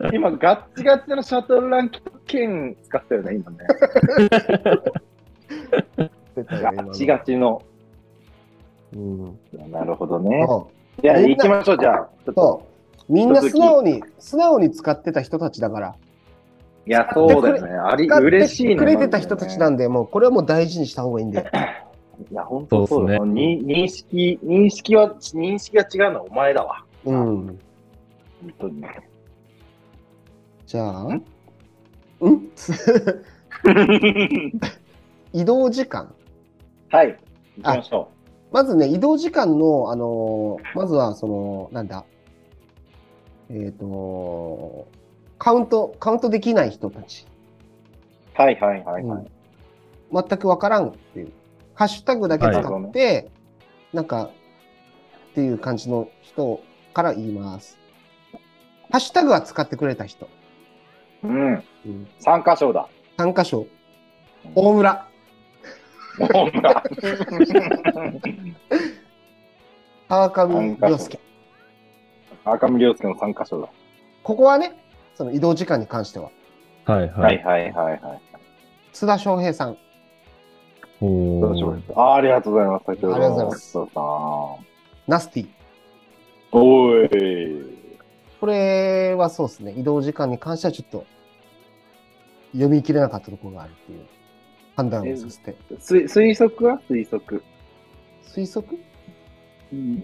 [SPEAKER 3] ガチ。今、ガッチガチのシャトルランキット剣使ったよね、 今ね。ガッチガチの。
[SPEAKER 4] うん
[SPEAKER 3] なるほどね。
[SPEAKER 4] そ
[SPEAKER 3] じゃあ、
[SPEAKER 4] みんな
[SPEAKER 3] 行きましょう、じゃあ。ちょ
[SPEAKER 4] う
[SPEAKER 3] っと。
[SPEAKER 4] そうみんな素直に、素直に使ってた人たちだから。
[SPEAKER 3] いや、そうだよね。あり、
[SPEAKER 4] 使って
[SPEAKER 3] 嬉しいね。
[SPEAKER 4] くれてた人たちな
[SPEAKER 3] だ。
[SPEAKER 4] んで、もうこれはもう大事にした方がいいんで。
[SPEAKER 3] いや、本当そうだよ。
[SPEAKER 5] そうっす
[SPEAKER 3] に認識、認識は、認識が違うのはお前だわ。
[SPEAKER 4] うん。
[SPEAKER 3] 本当に。
[SPEAKER 4] じゃあ、ん
[SPEAKER 3] ん
[SPEAKER 4] 移動時間。
[SPEAKER 3] はい。行きましょ
[SPEAKER 4] まずね、移動時間の、あのーまずは、その、なんだ、えっ、とカウント、カウントできない人たち。
[SPEAKER 3] う。はいはいはいは
[SPEAKER 4] う
[SPEAKER 3] い。
[SPEAKER 4] ん全くわからんっていう。ハッシュタグだけ使
[SPEAKER 3] は
[SPEAKER 4] って、なんか、っていう感じの人から言います。ハッシュタグは使ってくれた人。
[SPEAKER 3] うん。三箇所だ。
[SPEAKER 4] 参加賞。大村。
[SPEAKER 3] ホームラ
[SPEAKER 4] 川上良介。
[SPEAKER 3] ン。赤身亮介の三箇所
[SPEAKER 4] ここはね、その移動時間に関しては。
[SPEAKER 5] はい
[SPEAKER 3] だ。は
[SPEAKER 5] はいい。
[SPEAKER 3] はいはいはい。
[SPEAKER 4] 津田翔平さん。
[SPEAKER 5] お
[SPEAKER 3] どうしよ
[SPEAKER 5] ー
[SPEAKER 3] うあーありがとうございます。先ほどの
[SPEAKER 4] ありがとうございます
[SPEAKER 3] そうさん
[SPEAKER 4] ナスティ。
[SPEAKER 3] おーい。
[SPEAKER 4] これはそうですね。移動時間に関してはちょっと読み切れなかったところがあるっていう判断をさせて。
[SPEAKER 3] 推推測は推測。
[SPEAKER 4] 推測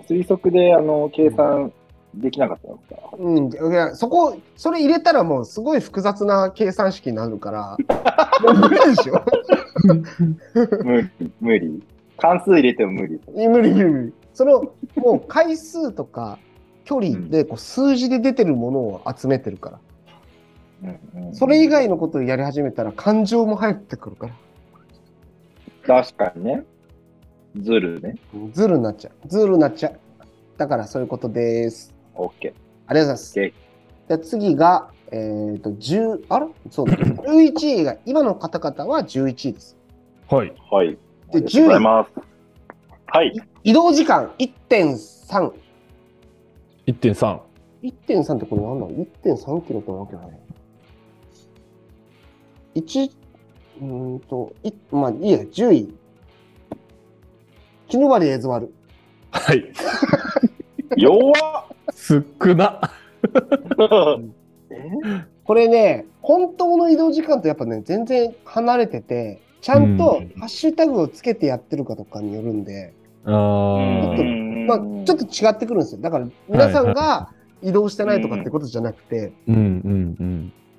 [SPEAKER 3] 推測で、あの、計算できなかったの か。
[SPEAKER 4] うん。いや、そこ、それ入れたらもうすごい複雑な計算式になるから、もう無理でしょ
[SPEAKER 3] 無理、無理。関数入れても無理。
[SPEAKER 4] 無理無理無理。その、もう回数とか距離でこう数字で出てるものを集めてるから。
[SPEAKER 3] うんうん
[SPEAKER 4] それ以外のことをやり始めたら感情も入ってくるから。
[SPEAKER 3] 確かにね。ズルね。
[SPEAKER 4] ズルになっちゃう。ズルになっちゃう。だからそういうことです。
[SPEAKER 3] オッケー。
[SPEAKER 4] ありがとう
[SPEAKER 3] OK
[SPEAKER 4] ございます。じゃあ次が、えっ、と、10、あれそう だ、11位が、今の方々は11位です。
[SPEAKER 5] はい。
[SPEAKER 3] はい。
[SPEAKER 4] で
[SPEAKER 3] ありがとうございます。はい。
[SPEAKER 4] 移動時間1.3。
[SPEAKER 5] 1.3。
[SPEAKER 4] 1.3ってこれ何なの ?1.3 キロってわけだね。1、うーんと、いまあいいや、10位。キヌバリエズワル。
[SPEAKER 5] はい。
[SPEAKER 3] 弱っ
[SPEAKER 5] 少な。
[SPEAKER 4] これね、本当の移動時間とやっぱね、全然離れてて、ちゃんと
[SPEAKER 5] うん
[SPEAKER 4] ハッシュタグをつけてやってるかとかによるんで、
[SPEAKER 5] あー
[SPEAKER 4] まあ、ちょっと違ってくるんですよ。だから、皆さんが移動してないとかってことじゃなくて、
[SPEAKER 5] うんうん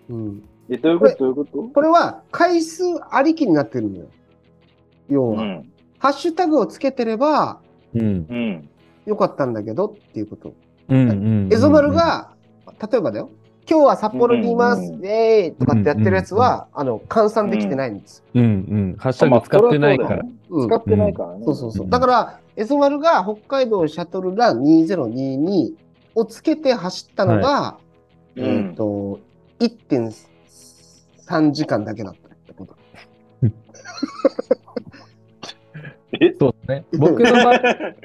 [SPEAKER 5] うん。
[SPEAKER 4] うん
[SPEAKER 3] え、どういうことどういうこ
[SPEAKER 4] これは回数ありきになってるのよ。要
[SPEAKER 3] と
[SPEAKER 4] は、
[SPEAKER 3] ん。
[SPEAKER 4] ハッシュタグをつけてれば
[SPEAKER 5] うん。
[SPEAKER 3] うん。
[SPEAKER 4] よかったんだけどっていうこと。
[SPEAKER 5] うんうん。
[SPEAKER 4] エゾマル、が、例えばだよ、今日は札幌にいます、
[SPEAKER 3] うん
[SPEAKER 4] イエーイとかってやってるやつは、あの、換算できてないんです。
[SPEAKER 5] うんうん。ハッシュタグ使ってないから。
[SPEAKER 4] うん
[SPEAKER 3] 使ってないからね。
[SPEAKER 4] そうそうそう。
[SPEAKER 5] うん
[SPEAKER 4] だから、エゾマルが北海道シャトルラン2022をつけて走ったのが、
[SPEAKER 3] うん
[SPEAKER 4] えっ、と、 1.3時間だけだったってこと。
[SPEAKER 2] そうですね。僕の場合、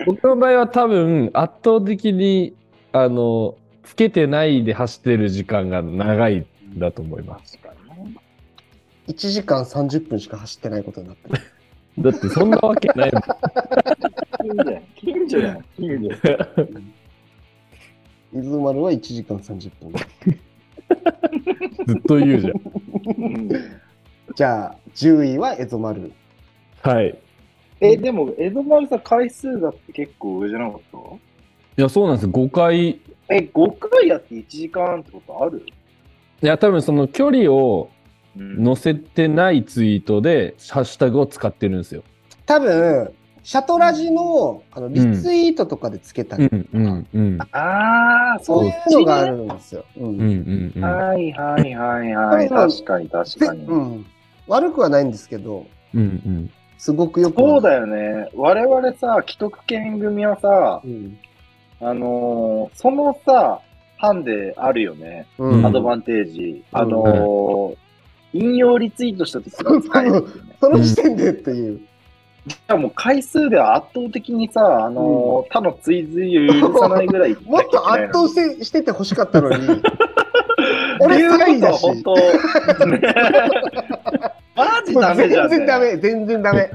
[SPEAKER 2] 僕の場合は多分圧倒的にあのつけてないで走ってる時間が長いんだと思います。
[SPEAKER 4] 1時間30分しか走ってないことになってる。
[SPEAKER 2] だってそんなわけないもん。
[SPEAKER 3] 近所やん。近所やん。近所。
[SPEAKER 4] 伊豆丸は1時間30分。
[SPEAKER 2] ずっと言うじ
[SPEAKER 3] うん
[SPEAKER 4] じゃあ、10位はエゾ丸。
[SPEAKER 2] ゃん。はい。
[SPEAKER 3] え、でも、江戸丸さん、回数だって結構上じゃなかっ
[SPEAKER 2] いやそうなんです。5回い
[SPEAKER 3] たえ、5回やって1時間ってことある
[SPEAKER 2] や多分その距離を
[SPEAKER 3] うん
[SPEAKER 2] 載せてないツイートでハッシュタグを使ってるんですよ。
[SPEAKER 4] 多分、シャトラジのあのリツイートとかでつけた
[SPEAKER 2] う
[SPEAKER 4] り、
[SPEAKER 2] んうんうん
[SPEAKER 3] ああ、
[SPEAKER 4] そう
[SPEAKER 3] い
[SPEAKER 4] いうのがあるんですよ。う
[SPEAKER 2] う
[SPEAKER 4] ん
[SPEAKER 2] んうんうん。
[SPEAKER 3] はいはいはいはい。
[SPEAKER 4] そう
[SPEAKER 3] 確かに確
[SPEAKER 4] で
[SPEAKER 3] かに。
[SPEAKER 4] うん、悪くはないんですけど、
[SPEAKER 2] うんうん
[SPEAKER 4] すごくよくない
[SPEAKER 3] そうだよね。我々さ、既得権組はさ
[SPEAKER 4] う、ん
[SPEAKER 3] あのーそのさ、班であるよね。
[SPEAKER 4] う
[SPEAKER 2] うん
[SPEAKER 3] ア
[SPEAKER 4] ん
[SPEAKER 3] ドバンテージ。あのー引用リツイートした時 が使えるよね。
[SPEAKER 4] その時点でっていう。
[SPEAKER 3] しかも回数では圧倒的にさ、あのー他の追随を許さないぐらいいかなき
[SPEAKER 4] も
[SPEAKER 3] ゃ
[SPEAKER 4] っ
[SPEAKER 3] いけ
[SPEAKER 4] と
[SPEAKER 3] ないの
[SPEAKER 4] 圧
[SPEAKER 3] に
[SPEAKER 4] 倒してしてて欲しかった のに、俺
[SPEAKER 3] 俺
[SPEAKER 4] 3位だし。
[SPEAKER 3] 本当。 マジダメじゃん、ね。
[SPEAKER 4] 全然ダメ、全然ダ メ。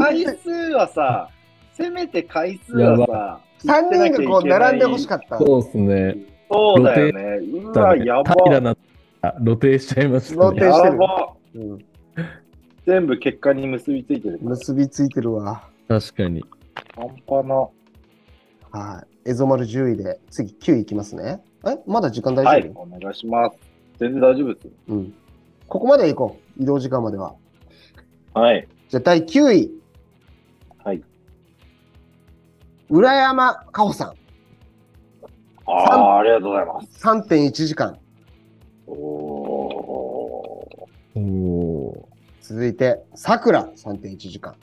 [SPEAKER 3] 回
[SPEAKER 4] 全
[SPEAKER 3] 数はさ、せめて回数はさ、
[SPEAKER 4] 3人がこう並んで欲し
[SPEAKER 3] かっ
[SPEAKER 4] かった。
[SPEAKER 2] そうですね。
[SPEAKER 3] た。そうだよね。うわ、やば。
[SPEAKER 2] 平な露呈しちゃいました
[SPEAKER 4] 露呈
[SPEAKER 2] ね。
[SPEAKER 3] やば。
[SPEAKER 4] うん
[SPEAKER 3] 全部結果に結びついてる。
[SPEAKER 4] 結びついてるわ。
[SPEAKER 2] 確かに。
[SPEAKER 3] 半端な。
[SPEAKER 4] はい。エゾマル10位で、次9位いきますね。えまだ時間大
[SPEAKER 3] は
[SPEAKER 4] 丈
[SPEAKER 3] い、
[SPEAKER 4] 夫、
[SPEAKER 3] お願いします。全然大丈夫ですよ。
[SPEAKER 4] うん。ここまで行こう。移動時間までは。
[SPEAKER 3] はい。
[SPEAKER 4] じゃあ第9位。
[SPEAKER 3] はい。
[SPEAKER 4] 浦山かほさ
[SPEAKER 3] ああ、ありがとうございます。
[SPEAKER 4] ん。3.1時間。
[SPEAKER 3] おー
[SPEAKER 2] おお
[SPEAKER 4] 続いて、さくら3.1時間。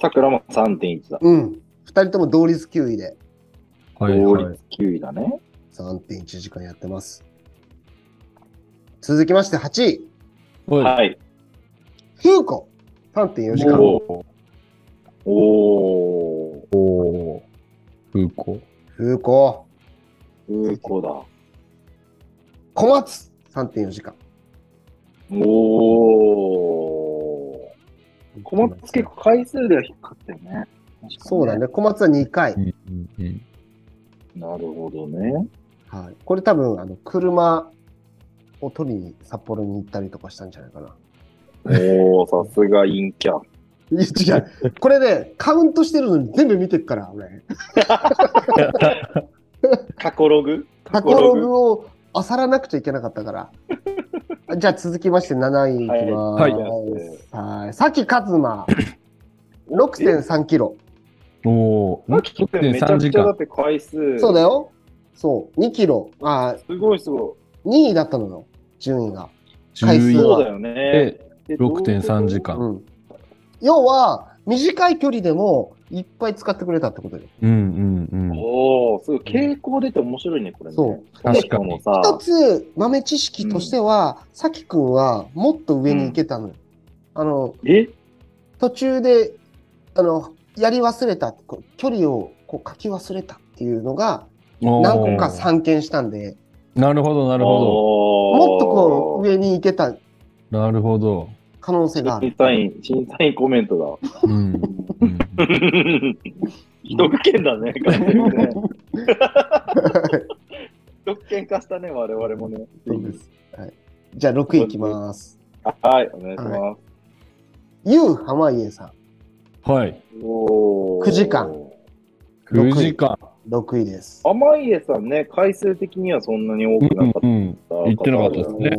[SPEAKER 3] 桜も3.1だ。
[SPEAKER 4] うん。2人とも同率9位で
[SPEAKER 2] ー。はい
[SPEAKER 3] 同
[SPEAKER 2] はい
[SPEAKER 3] 率。9位だね。
[SPEAKER 4] 3.1時間やってます。続きまして8位。
[SPEAKER 2] は
[SPEAKER 3] はい。
[SPEAKER 4] フーコ。3.4時
[SPEAKER 2] い。
[SPEAKER 4] 間。
[SPEAKER 2] お
[SPEAKER 3] おー。
[SPEAKER 2] おー。風光。
[SPEAKER 4] フーコ。
[SPEAKER 3] うん、こうだ。
[SPEAKER 4] 小松。3.4時間。
[SPEAKER 3] おー。小松結構回数では引っかかってるね。
[SPEAKER 4] そうだ。ね。小松は2回
[SPEAKER 2] う。んうんうん。
[SPEAKER 3] なるほど ね。
[SPEAKER 4] はい。これ多分、あの、車を取りに札幌に行ったりとかしたんじゃないかな。
[SPEAKER 3] おー、さすが陰キャ。
[SPEAKER 4] いや違う。これね、カウントしてるのに全部見てっから、俺。
[SPEAKER 3] 過去ログ
[SPEAKER 4] タコログを漁らなくちゃいけなかったから。 じゃあ続きまして7位いきます。
[SPEAKER 2] はい
[SPEAKER 4] はい。さきか ずま。6.3キロ。
[SPEAKER 2] おお。
[SPEAKER 3] マキ君めちゃ
[SPEAKER 2] 6.3
[SPEAKER 3] く
[SPEAKER 2] 時
[SPEAKER 3] ちゃだ
[SPEAKER 2] 間
[SPEAKER 3] っ。て回数。
[SPEAKER 4] そうだよ。そう。2キロ。あ
[SPEAKER 3] すごいすご
[SPEAKER 4] 2位だったのよ。順位が。回数
[SPEAKER 3] い。
[SPEAKER 4] う
[SPEAKER 2] 11
[SPEAKER 4] わ
[SPEAKER 3] そうだよね。
[SPEAKER 2] で
[SPEAKER 3] で
[SPEAKER 2] 6.3時。
[SPEAKER 4] う
[SPEAKER 2] 間。
[SPEAKER 4] ん。要は、短い距離でもいっぱい使ってくれたってことよ。
[SPEAKER 2] うんうんうん。
[SPEAKER 3] おー、すごい。傾向出て面白いね、これね。
[SPEAKER 4] そう。
[SPEAKER 2] 確か
[SPEAKER 3] も
[SPEAKER 2] に。
[SPEAKER 3] さ、
[SPEAKER 4] 一つ豆知識としては、さきくんはもっと上に行けたのよ。あの、
[SPEAKER 3] え
[SPEAKER 4] 途中で、あの、やり忘れた、こう距離をこう書き忘れたっていうのが何個
[SPEAKER 2] お
[SPEAKER 4] か
[SPEAKER 2] ー
[SPEAKER 4] 散見したんで、
[SPEAKER 2] なるほどなるほ
[SPEAKER 3] おー
[SPEAKER 4] もっとこう上に行けた
[SPEAKER 2] ど。なるほど。
[SPEAKER 4] 可能性がある。
[SPEAKER 3] 審査員、審査員コメント だ。
[SPEAKER 2] うん。うん
[SPEAKER 3] 既得権だね、完全に ね。既得権化したね、我々もね。
[SPEAKER 4] そうです。はい。じゃあ6位いきます。
[SPEAKER 3] はい、お願いします。
[SPEAKER 4] ゆう濱家さ
[SPEAKER 2] はい。
[SPEAKER 3] おー
[SPEAKER 4] 9時間。六位
[SPEAKER 2] 9時間。
[SPEAKER 4] ん、6位です。
[SPEAKER 3] 甘家さんね、回数的にはそんなに多くなかった。
[SPEAKER 2] うん。言ってなかったですね
[SPEAKER 3] そう
[SPEAKER 4] ね、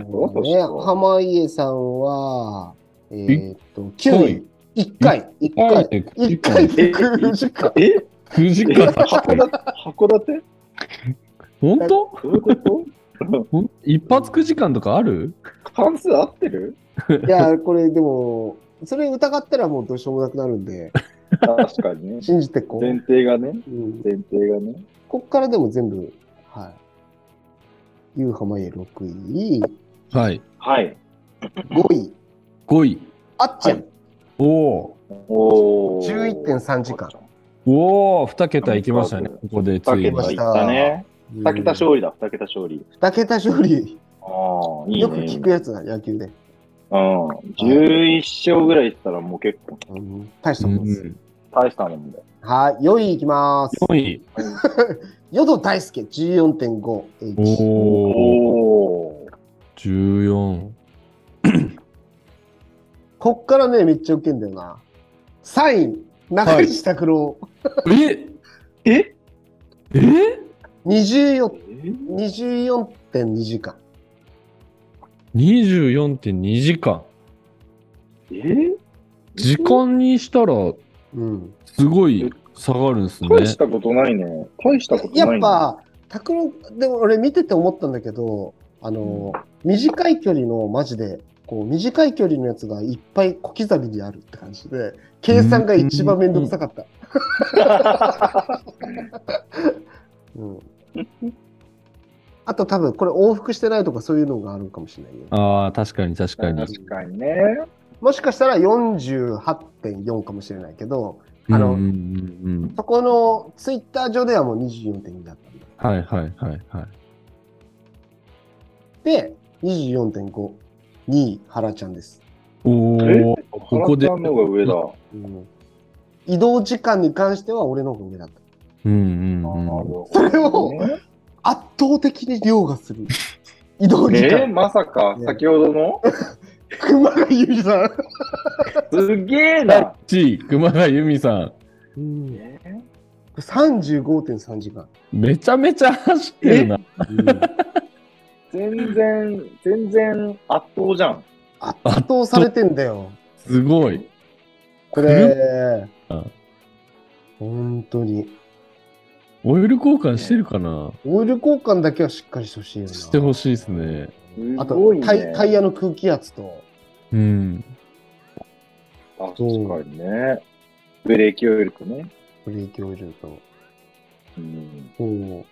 [SPEAKER 3] そう
[SPEAKER 4] 濱家さんは、えーっと、9位。1回、1回。1回で9時間。
[SPEAKER 3] え
[SPEAKER 2] 9時
[SPEAKER 3] え
[SPEAKER 2] 間。
[SPEAKER 3] 函館函館
[SPEAKER 2] 本当
[SPEAKER 3] どういうこと
[SPEAKER 2] ほん一発9時間とかある
[SPEAKER 3] 関数合ってる
[SPEAKER 4] いや、これでも、それ疑ったらもうどうしようもなくなるんで、
[SPEAKER 3] 確かにね。
[SPEAKER 4] 信じてこう。
[SPEAKER 3] 前提がね。
[SPEAKER 4] うん
[SPEAKER 3] 前提がね。
[SPEAKER 4] こっからでも全部はい。ゆうはまえ6位、
[SPEAKER 2] はい。
[SPEAKER 3] はい。
[SPEAKER 4] 5位、
[SPEAKER 2] 5位。
[SPEAKER 4] あっちゃん、
[SPEAKER 2] おお
[SPEAKER 3] おー
[SPEAKER 4] 11.3時間。
[SPEAKER 2] ー。おお、2桁いきましたね。ここでつ
[SPEAKER 3] 二
[SPEAKER 2] い
[SPEAKER 3] 桁
[SPEAKER 4] まし
[SPEAKER 2] に。
[SPEAKER 3] いったね。
[SPEAKER 4] 二
[SPEAKER 3] 二桁勝利だ、二桁勝利。
[SPEAKER 4] 2桁勝利、
[SPEAKER 3] ああ、いいね。
[SPEAKER 4] よく聞くやつだ、野球で。
[SPEAKER 3] うん。11勝ぐらいいったらもう結構
[SPEAKER 4] うん大した
[SPEAKER 2] う
[SPEAKER 4] もんです。
[SPEAKER 2] ん
[SPEAKER 3] 大したもんで。
[SPEAKER 4] はい、4位いきます。
[SPEAKER 2] 4位。
[SPEAKER 4] 淀大輔
[SPEAKER 3] お
[SPEAKER 4] 14.5H。
[SPEAKER 2] おお。
[SPEAKER 3] お。
[SPEAKER 2] 14。
[SPEAKER 4] こっからね、めっちゃ受けんだよな。3位、中西拓郎、
[SPEAKER 2] え
[SPEAKER 3] え
[SPEAKER 2] え
[SPEAKER 4] 24 24.2時間。
[SPEAKER 2] ?24.2 時間。
[SPEAKER 3] ええ
[SPEAKER 2] 時間にしたら、
[SPEAKER 4] うん、
[SPEAKER 2] すごい下がるんですね。
[SPEAKER 3] 大したことないね。大したことない
[SPEAKER 4] や
[SPEAKER 3] ね。
[SPEAKER 4] っぱ、拓郎、でも俺見てて思ったんだけど、あの、短い距離の、マジで、こう、短い距離のやつがいっぱい小刻みにあるって感じで、計算が一番めんどくさかった。うん。あと多分、これ往復してないとかそういうのがあるかもしれないよ。
[SPEAKER 2] ああ、確かに確かに。
[SPEAKER 3] 確かにね。
[SPEAKER 4] もしかしたら48.4かもしれないけど、あの
[SPEAKER 2] うんうんうん
[SPEAKER 4] そこのツイッター上ではもう24.2だったん
[SPEAKER 2] うん、は
[SPEAKER 4] だ。
[SPEAKER 2] いはいはいはい。
[SPEAKER 4] で、24.5、2位、原ちゃんです。
[SPEAKER 2] おお、ここで。
[SPEAKER 3] 原さんの方が上だ。
[SPEAKER 4] うん移動時間に関しては俺の方が上だった。
[SPEAKER 2] うんう
[SPEAKER 3] あーなる
[SPEAKER 2] んうん。
[SPEAKER 3] ほ
[SPEAKER 4] それ
[SPEAKER 3] ど
[SPEAKER 4] を
[SPEAKER 3] ね。
[SPEAKER 4] 圧倒的に凌駕する。移動時
[SPEAKER 3] えー、
[SPEAKER 4] 間。
[SPEAKER 3] まさか、
[SPEAKER 4] ね
[SPEAKER 3] 先ほどの
[SPEAKER 4] 熊谷ゆりさん。
[SPEAKER 3] すげえ
[SPEAKER 2] 第
[SPEAKER 3] な。
[SPEAKER 2] 1位、熊谷由美さ
[SPEAKER 3] えー
[SPEAKER 4] 35.3時間。
[SPEAKER 2] ん。めちゃめちゃ走ってるな。
[SPEAKER 3] 全然、全然圧倒じゃん。
[SPEAKER 4] 圧倒されてんだよ。
[SPEAKER 2] すごい。
[SPEAKER 4] これ
[SPEAKER 2] うん。
[SPEAKER 4] 本当に。
[SPEAKER 2] オイル交換してるかな
[SPEAKER 4] オイル交換だけはしっかりしてほしいよな。
[SPEAKER 2] してほしいですね。
[SPEAKER 4] あ
[SPEAKER 3] す
[SPEAKER 4] と
[SPEAKER 3] ごいね。
[SPEAKER 4] タイ、タイヤの空気圧と。
[SPEAKER 2] うん。
[SPEAKER 3] 確かにね。ブレーキオイルとね。
[SPEAKER 4] ブレーキオイルと。
[SPEAKER 3] うん、
[SPEAKER 4] そう。も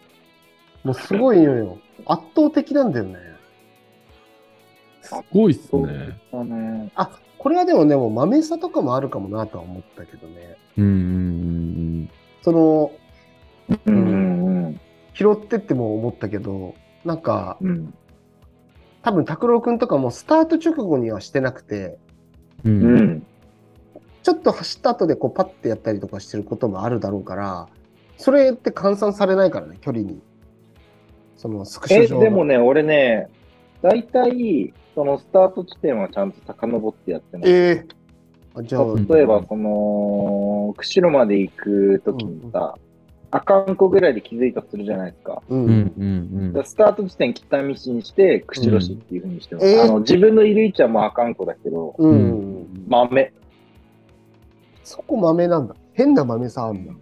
[SPEAKER 4] うすごいのよ。圧倒的なんだよね。
[SPEAKER 2] すごいっすね。
[SPEAKER 3] だね。
[SPEAKER 4] あ、これはでもね、もう豆さとかもあるかもなとは思ったけどね。
[SPEAKER 2] うんうん
[SPEAKER 4] その、
[SPEAKER 3] うんうん
[SPEAKER 4] 拾ってっても思ったけど、なんか、
[SPEAKER 3] うん。うん
[SPEAKER 4] 多分拓郎くんとかもスタート直後にはしてなくて、
[SPEAKER 2] うんう。
[SPEAKER 3] うんん。
[SPEAKER 4] ちょっと走った後でこうパッてやったりとかしてることもあるだろうから、それって換算されないからね、距離に。そのスクショ
[SPEAKER 3] え、
[SPEAKER 4] 上の
[SPEAKER 3] でもね、俺ね、大体、そのスタート地点はちゃんと遡ってやってます。
[SPEAKER 4] えーあじゃあ、
[SPEAKER 2] ん
[SPEAKER 3] 例えば、その、釧路まで行くときにさ、あかんこぐらいで気づいたとするじゃないですか。
[SPEAKER 4] う。
[SPEAKER 2] うんんうん
[SPEAKER 3] だからスタート地点北道にして、釧路市っていうふうにしてます。
[SPEAKER 4] うんえー
[SPEAKER 3] あの自分のいる位置はもうあかんこだけど、
[SPEAKER 4] う。
[SPEAKER 2] うんん。
[SPEAKER 3] 豆。
[SPEAKER 4] そこ豆なんだ。変な豆さあんだ。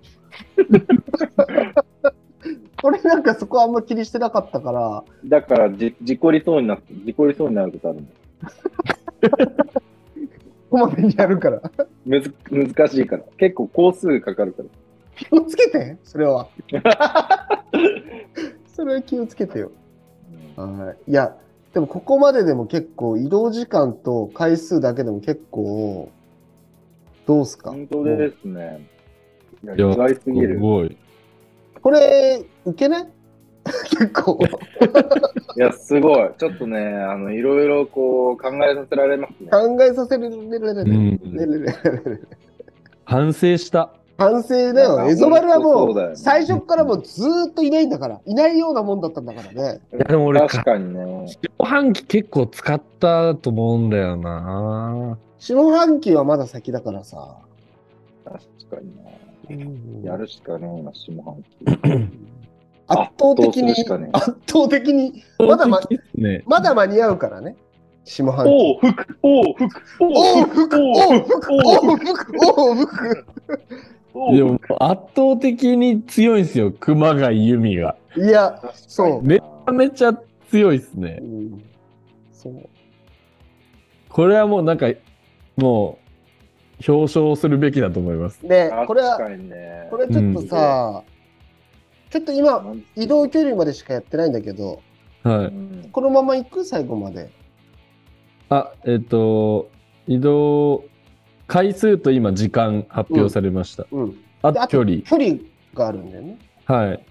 [SPEAKER 4] 俺なんかそこあんま気にしてなかったから、
[SPEAKER 3] だからじ、事故りそうになって、事故りそうになることある
[SPEAKER 4] こまめにやるから。
[SPEAKER 3] むず難しいから。結構工数かかるから。
[SPEAKER 4] 気をつけて、それは。 それは気をつけてよ。はい。いや、でもここまででも結構移動時間と回数だけでも結構、どうすか
[SPEAKER 3] 本当ですね。いや、意
[SPEAKER 2] いや
[SPEAKER 3] 外すぎ
[SPEAKER 2] す
[SPEAKER 3] る。
[SPEAKER 2] ごい。
[SPEAKER 4] これ、いけない 結構。
[SPEAKER 3] いや、すごい。ちょっとね、あの、いろいろこう、考えさせられますね。
[SPEAKER 4] 考えさせる ねねね
[SPEAKER 2] う
[SPEAKER 4] ね
[SPEAKER 2] ん
[SPEAKER 4] ねねね ね
[SPEAKER 2] 反省した。
[SPEAKER 4] 反省だ
[SPEAKER 3] なん
[SPEAKER 4] よ。
[SPEAKER 3] か
[SPEAKER 4] エゾバルは
[SPEAKER 3] 本当そうだよ
[SPEAKER 4] もう、
[SPEAKER 3] ね
[SPEAKER 4] 最初からもうずーっといないんだから、いないようなもんだったんだからね。
[SPEAKER 2] いやでも俺
[SPEAKER 3] 確かにね。
[SPEAKER 2] 上半期結構使ったと思うんだよな。
[SPEAKER 4] 下半期はまだ先だからさ。
[SPEAKER 3] 確かにね。やるしかねえな、下半期。
[SPEAKER 4] 圧倒的
[SPEAKER 3] 圧倒す
[SPEAKER 4] に、
[SPEAKER 3] るしかね
[SPEAKER 4] 圧倒的に、まだま
[SPEAKER 2] ね。
[SPEAKER 4] まだ間に合うからね。下半期。
[SPEAKER 3] おう、服、おう、服、
[SPEAKER 4] お
[SPEAKER 3] お
[SPEAKER 4] う
[SPEAKER 3] う、
[SPEAKER 4] ふく、
[SPEAKER 3] お
[SPEAKER 4] おう
[SPEAKER 3] う、
[SPEAKER 4] ふく、おうふく、おうふく。
[SPEAKER 3] おう、
[SPEAKER 2] でも圧倒的に強いんですよ、熊谷由美が。
[SPEAKER 4] いや、そう。
[SPEAKER 2] めちゃめちゃ強いですね
[SPEAKER 4] う。んそう。
[SPEAKER 2] これはもうなんか、もう、表彰するべきだと思います。
[SPEAKER 4] で、これ
[SPEAKER 3] 確
[SPEAKER 4] は、
[SPEAKER 3] かにね
[SPEAKER 4] こ。れちょっとさ、ちょっと今、移動距離までしかやってないんだけど、
[SPEAKER 2] は
[SPEAKER 3] う
[SPEAKER 2] い。
[SPEAKER 3] ん
[SPEAKER 4] このまま行く最後まで。
[SPEAKER 2] あ、えっ、と、移動、回数と今、時間発表されました。
[SPEAKER 4] うん。で
[SPEAKER 2] あ距離。
[SPEAKER 4] 距離があるんだよね。
[SPEAKER 2] はい。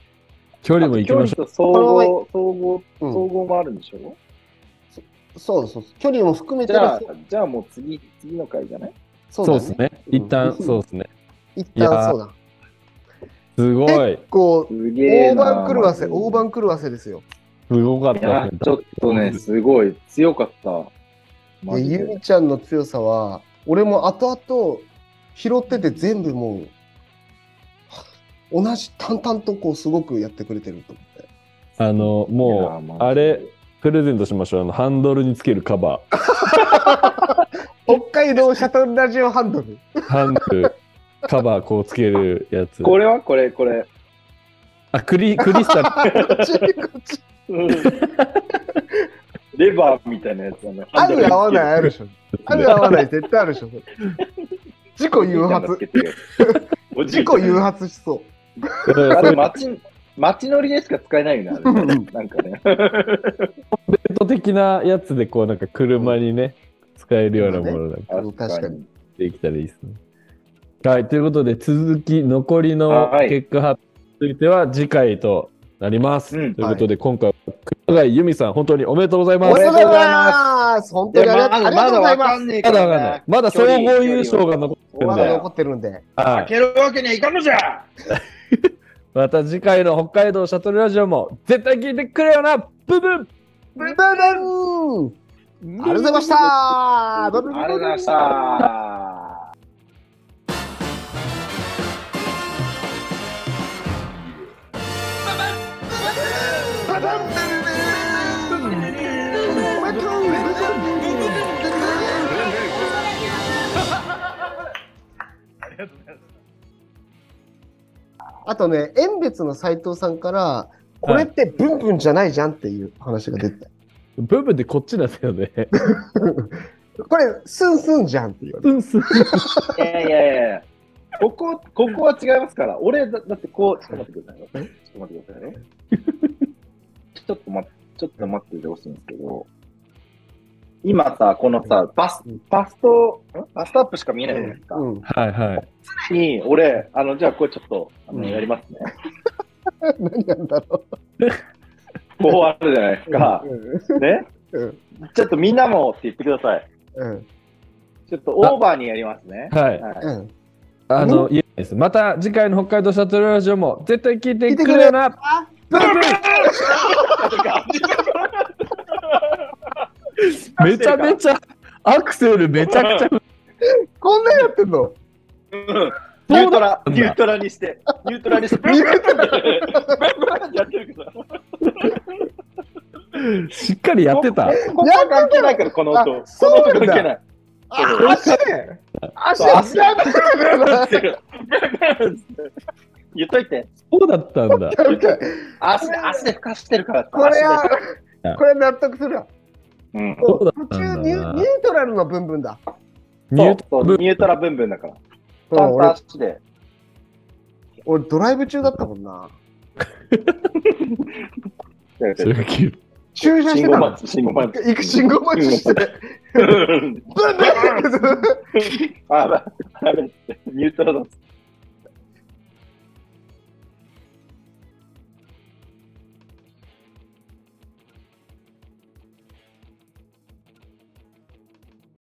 [SPEAKER 2] 距離も行きましょ。
[SPEAKER 3] あと距離と総合、総合、
[SPEAKER 4] うん
[SPEAKER 3] 総合もあるんでしょ、
[SPEAKER 4] そうそうそう。距離も含め
[SPEAKER 3] じ
[SPEAKER 4] た
[SPEAKER 3] ゃあ
[SPEAKER 4] ら、、
[SPEAKER 3] じゃあもう次、次の回じゃないう
[SPEAKER 4] そ
[SPEAKER 2] そう
[SPEAKER 4] う
[SPEAKER 2] で
[SPEAKER 4] だ
[SPEAKER 2] す
[SPEAKER 4] ね。
[SPEAKER 2] ね。
[SPEAKER 4] うん
[SPEAKER 2] 一旦、そうですね。
[SPEAKER 4] 一
[SPEAKER 2] いや
[SPEAKER 4] 旦
[SPEAKER 2] ー
[SPEAKER 4] そうだ。
[SPEAKER 2] すごい。
[SPEAKER 4] こう、
[SPEAKER 3] すげえ
[SPEAKER 4] 大
[SPEAKER 3] な。
[SPEAKER 4] 盤狂わせ、大盤狂わせですよ。
[SPEAKER 2] すごかっ
[SPEAKER 3] いや
[SPEAKER 2] た。
[SPEAKER 3] ちょっとね、すごい強かった。マ
[SPEAKER 4] で
[SPEAKER 3] ジ
[SPEAKER 4] ゆ
[SPEAKER 3] で
[SPEAKER 4] みちゃんの強さは、俺も後々拾ってて全部もう、同じ淡々とこうすごくやってくれてると思って。
[SPEAKER 2] あの、も
[SPEAKER 3] いや
[SPEAKER 2] う、あれ、プレゼントしましょう。あの、ハンドルにつけるカバ
[SPEAKER 4] 北海道シャトルラジオハンドル。
[SPEAKER 2] ー。ハンドル、 カバーこうつけるやつ。
[SPEAKER 3] これはこれ、これ。
[SPEAKER 2] あ、クリ、クリスタル。。
[SPEAKER 4] こっちこっち
[SPEAKER 3] レバーみたいなやつだね。
[SPEAKER 4] ある合わないあるでしょ。ある合わないい絶対あるでしょ。事故誘発。事
[SPEAKER 3] 事
[SPEAKER 4] 故誘
[SPEAKER 3] 発。
[SPEAKER 4] 発しそう。
[SPEAKER 2] だから
[SPEAKER 3] あ
[SPEAKER 2] そう
[SPEAKER 3] れ
[SPEAKER 2] いうベッ
[SPEAKER 3] 街、街乗りでしか使えないよね、あれねなんかね。
[SPEAKER 2] ド的なやつで、こう、なんか車にね、使えるようなものなんか
[SPEAKER 4] うん確かに。
[SPEAKER 2] できたらいいですね。はい、ということで、続き、残りの
[SPEAKER 3] はい
[SPEAKER 2] 結果発表については、次回となります。
[SPEAKER 3] うん
[SPEAKER 2] ということで、今回は、熊谷由美さん、本当におめでとうござい
[SPEAKER 4] お
[SPEAKER 2] ま
[SPEAKER 4] め
[SPEAKER 2] す
[SPEAKER 4] で。とうございます。本当にありが
[SPEAKER 3] ま
[SPEAKER 4] とう
[SPEAKER 3] だ
[SPEAKER 4] ありがとうござ
[SPEAKER 3] わ
[SPEAKER 4] いま
[SPEAKER 3] か
[SPEAKER 4] す
[SPEAKER 3] ん。ねえ
[SPEAKER 2] ま
[SPEAKER 3] か
[SPEAKER 2] だ
[SPEAKER 3] ら
[SPEAKER 2] わかんない。まだ総合優勝が残ってるん
[SPEAKER 4] ま
[SPEAKER 2] だ
[SPEAKER 4] だ
[SPEAKER 2] よ。
[SPEAKER 4] 残ってるんで。
[SPEAKER 2] は
[SPEAKER 3] 負
[SPEAKER 2] い
[SPEAKER 3] けるわけにはいかんのじゃ
[SPEAKER 2] また次回の北海道シャトルラジオも絶対聞いてくれよなブブン
[SPEAKER 4] ブンブンブンありがとうございました
[SPEAKER 3] ありがとうございました。
[SPEAKER 4] あとね、遠別の斎藤さんから、これってブンブンじゃないじゃんっていう話が出てた。
[SPEAKER 2] ブブンってこっちなんだよね。
[SPEAKER 4] これ、スンスンじゃんって言われ
[SPEAKER 2] うんす
[SPEAKER 3] いやいやいやいやここ、ここは違いますから。俺、だだってこう、ちょっと待ってくださいよ。ちょっと待ってくださいよ。ちょっと待って、ちょっと待っててほしいんですけど、今さ、このさ、バス、バスト、んバストアップしか見えないじゃないですか。
[SPEAKER 4] た。うん。
[SPEAKER 2] はいはい。
[SPEAKER 3] に、俺、あの、じゃあこれちょっと、あ
[SPEAKER 4] うん
[SPEAKER 3] の、やりますね。
[SPEAKER 4] 何やんだろ
[SPEAKER 3] こうあるじゃないです
[SPEAKER 4] う。
[SPEAKER 3] か。ね
[SPEAKER 4] うん。
[SPEAKER 3] ちょっとみんなもって言ってください。
[SPEAKER 4] うん。
[SPEAKER 3] ちょっとオーバーにやりますね。
[SPEAKER 2] はい。
[SPEAKER 3] はい
[SPEAKER 4] うん。
[SPEAKER 2] あの、言えないです。また次回の北海道シャトルラジオも絶対聞いてくれよなブブンめちゃめちゃ、アクセルめちゃくちゃ。
[SPEAKER 4] こんなんやってん
[SPEAKER 3] う
[SPEAKER 4] の
[SPEAKER 3] んニュ
[SPEAKER 2] そ
[SPEAKER 3] ート
[SPEAKER 2] う
[SPEAKER 3] ラ、
[SPEAKER 2] だんだ
[SPEAKER 3] ニュートラにして、ニュートラにして、ブンブン ってやってるけど、
[SPEAKER 2] しっかりやってた。
[SPEAKER 3] ここは関係ないから、この音、
[SPEAKER 4] あ
[SPEAKER 3] こ
[SPEAKER 4] そ
[SPEAKER 3] の
[SPEAKER 4] う
[SPEAKER 3] 音
[SPEAKER 4] なんだ
[SPEAKER 3] 関係ない。
[SPEAKER 4] あ足で足
[SPEAKER 3] そう足
[SPEAKER 4] でやってる
[SPEAKER 3] ブンってブンブンって言っといて、
[SPEAKER 2] そうだったんだ。
[SPEAKER 4] なんか
[SPEAKER 3] 足で、足でふかしてるから、
[SPEAKER 4] これは
[SPEAKER 3] 足で、
[SPEAKER 4] これは納得するわ。
[SPEAKER 3] うん
[SPEAKER 2] そうだ
[SPEAKER 4] 途
[SPEAKER 2] った
[SPEAKER 4] 中
[SPEAKER 2] ん
[SPEAKER 4] ニ
[SPEAKER 2] だ
[SPEAKER 4] ュ
[SPEAKER 2] な
[SPEAKER 4] ニュー。トラルの分分だ。
[SPEAKER 2] ニ
[SPEAKER 3] そう
[SPEAKER 2] ュー
[SPEAKER 3] そ
[SPEAKER 2] ト
[SPEAKER 3] う
[SPEAKER 2] ブ
[SPEAKER 3] ニュートラブンブンだから、
[SPEAKER 4] うん
[SPEAKER 3] パン
[SPEAKER 4] 俺
[SPEAKER 3] パ足で、
[SPEAKER 4] 俺ドライブ中だったもんな。駐車
[SPEAKER 3] 信
[SPEAKER 4] して
[SPEAKER 3] 号
[SPEAKER 4] た
[SPEAKER 3] マッ
[SPEAKER 4] の。
[SPEAKER 3] チ、信号マッチ。
[SPEAKER 4] 行く 信号待ち してて。
[SPEAKER 3] うん
[SPEAKER 4] ブンブン
[SPEAKER 3] あ、あれ、ニュートラだっつっ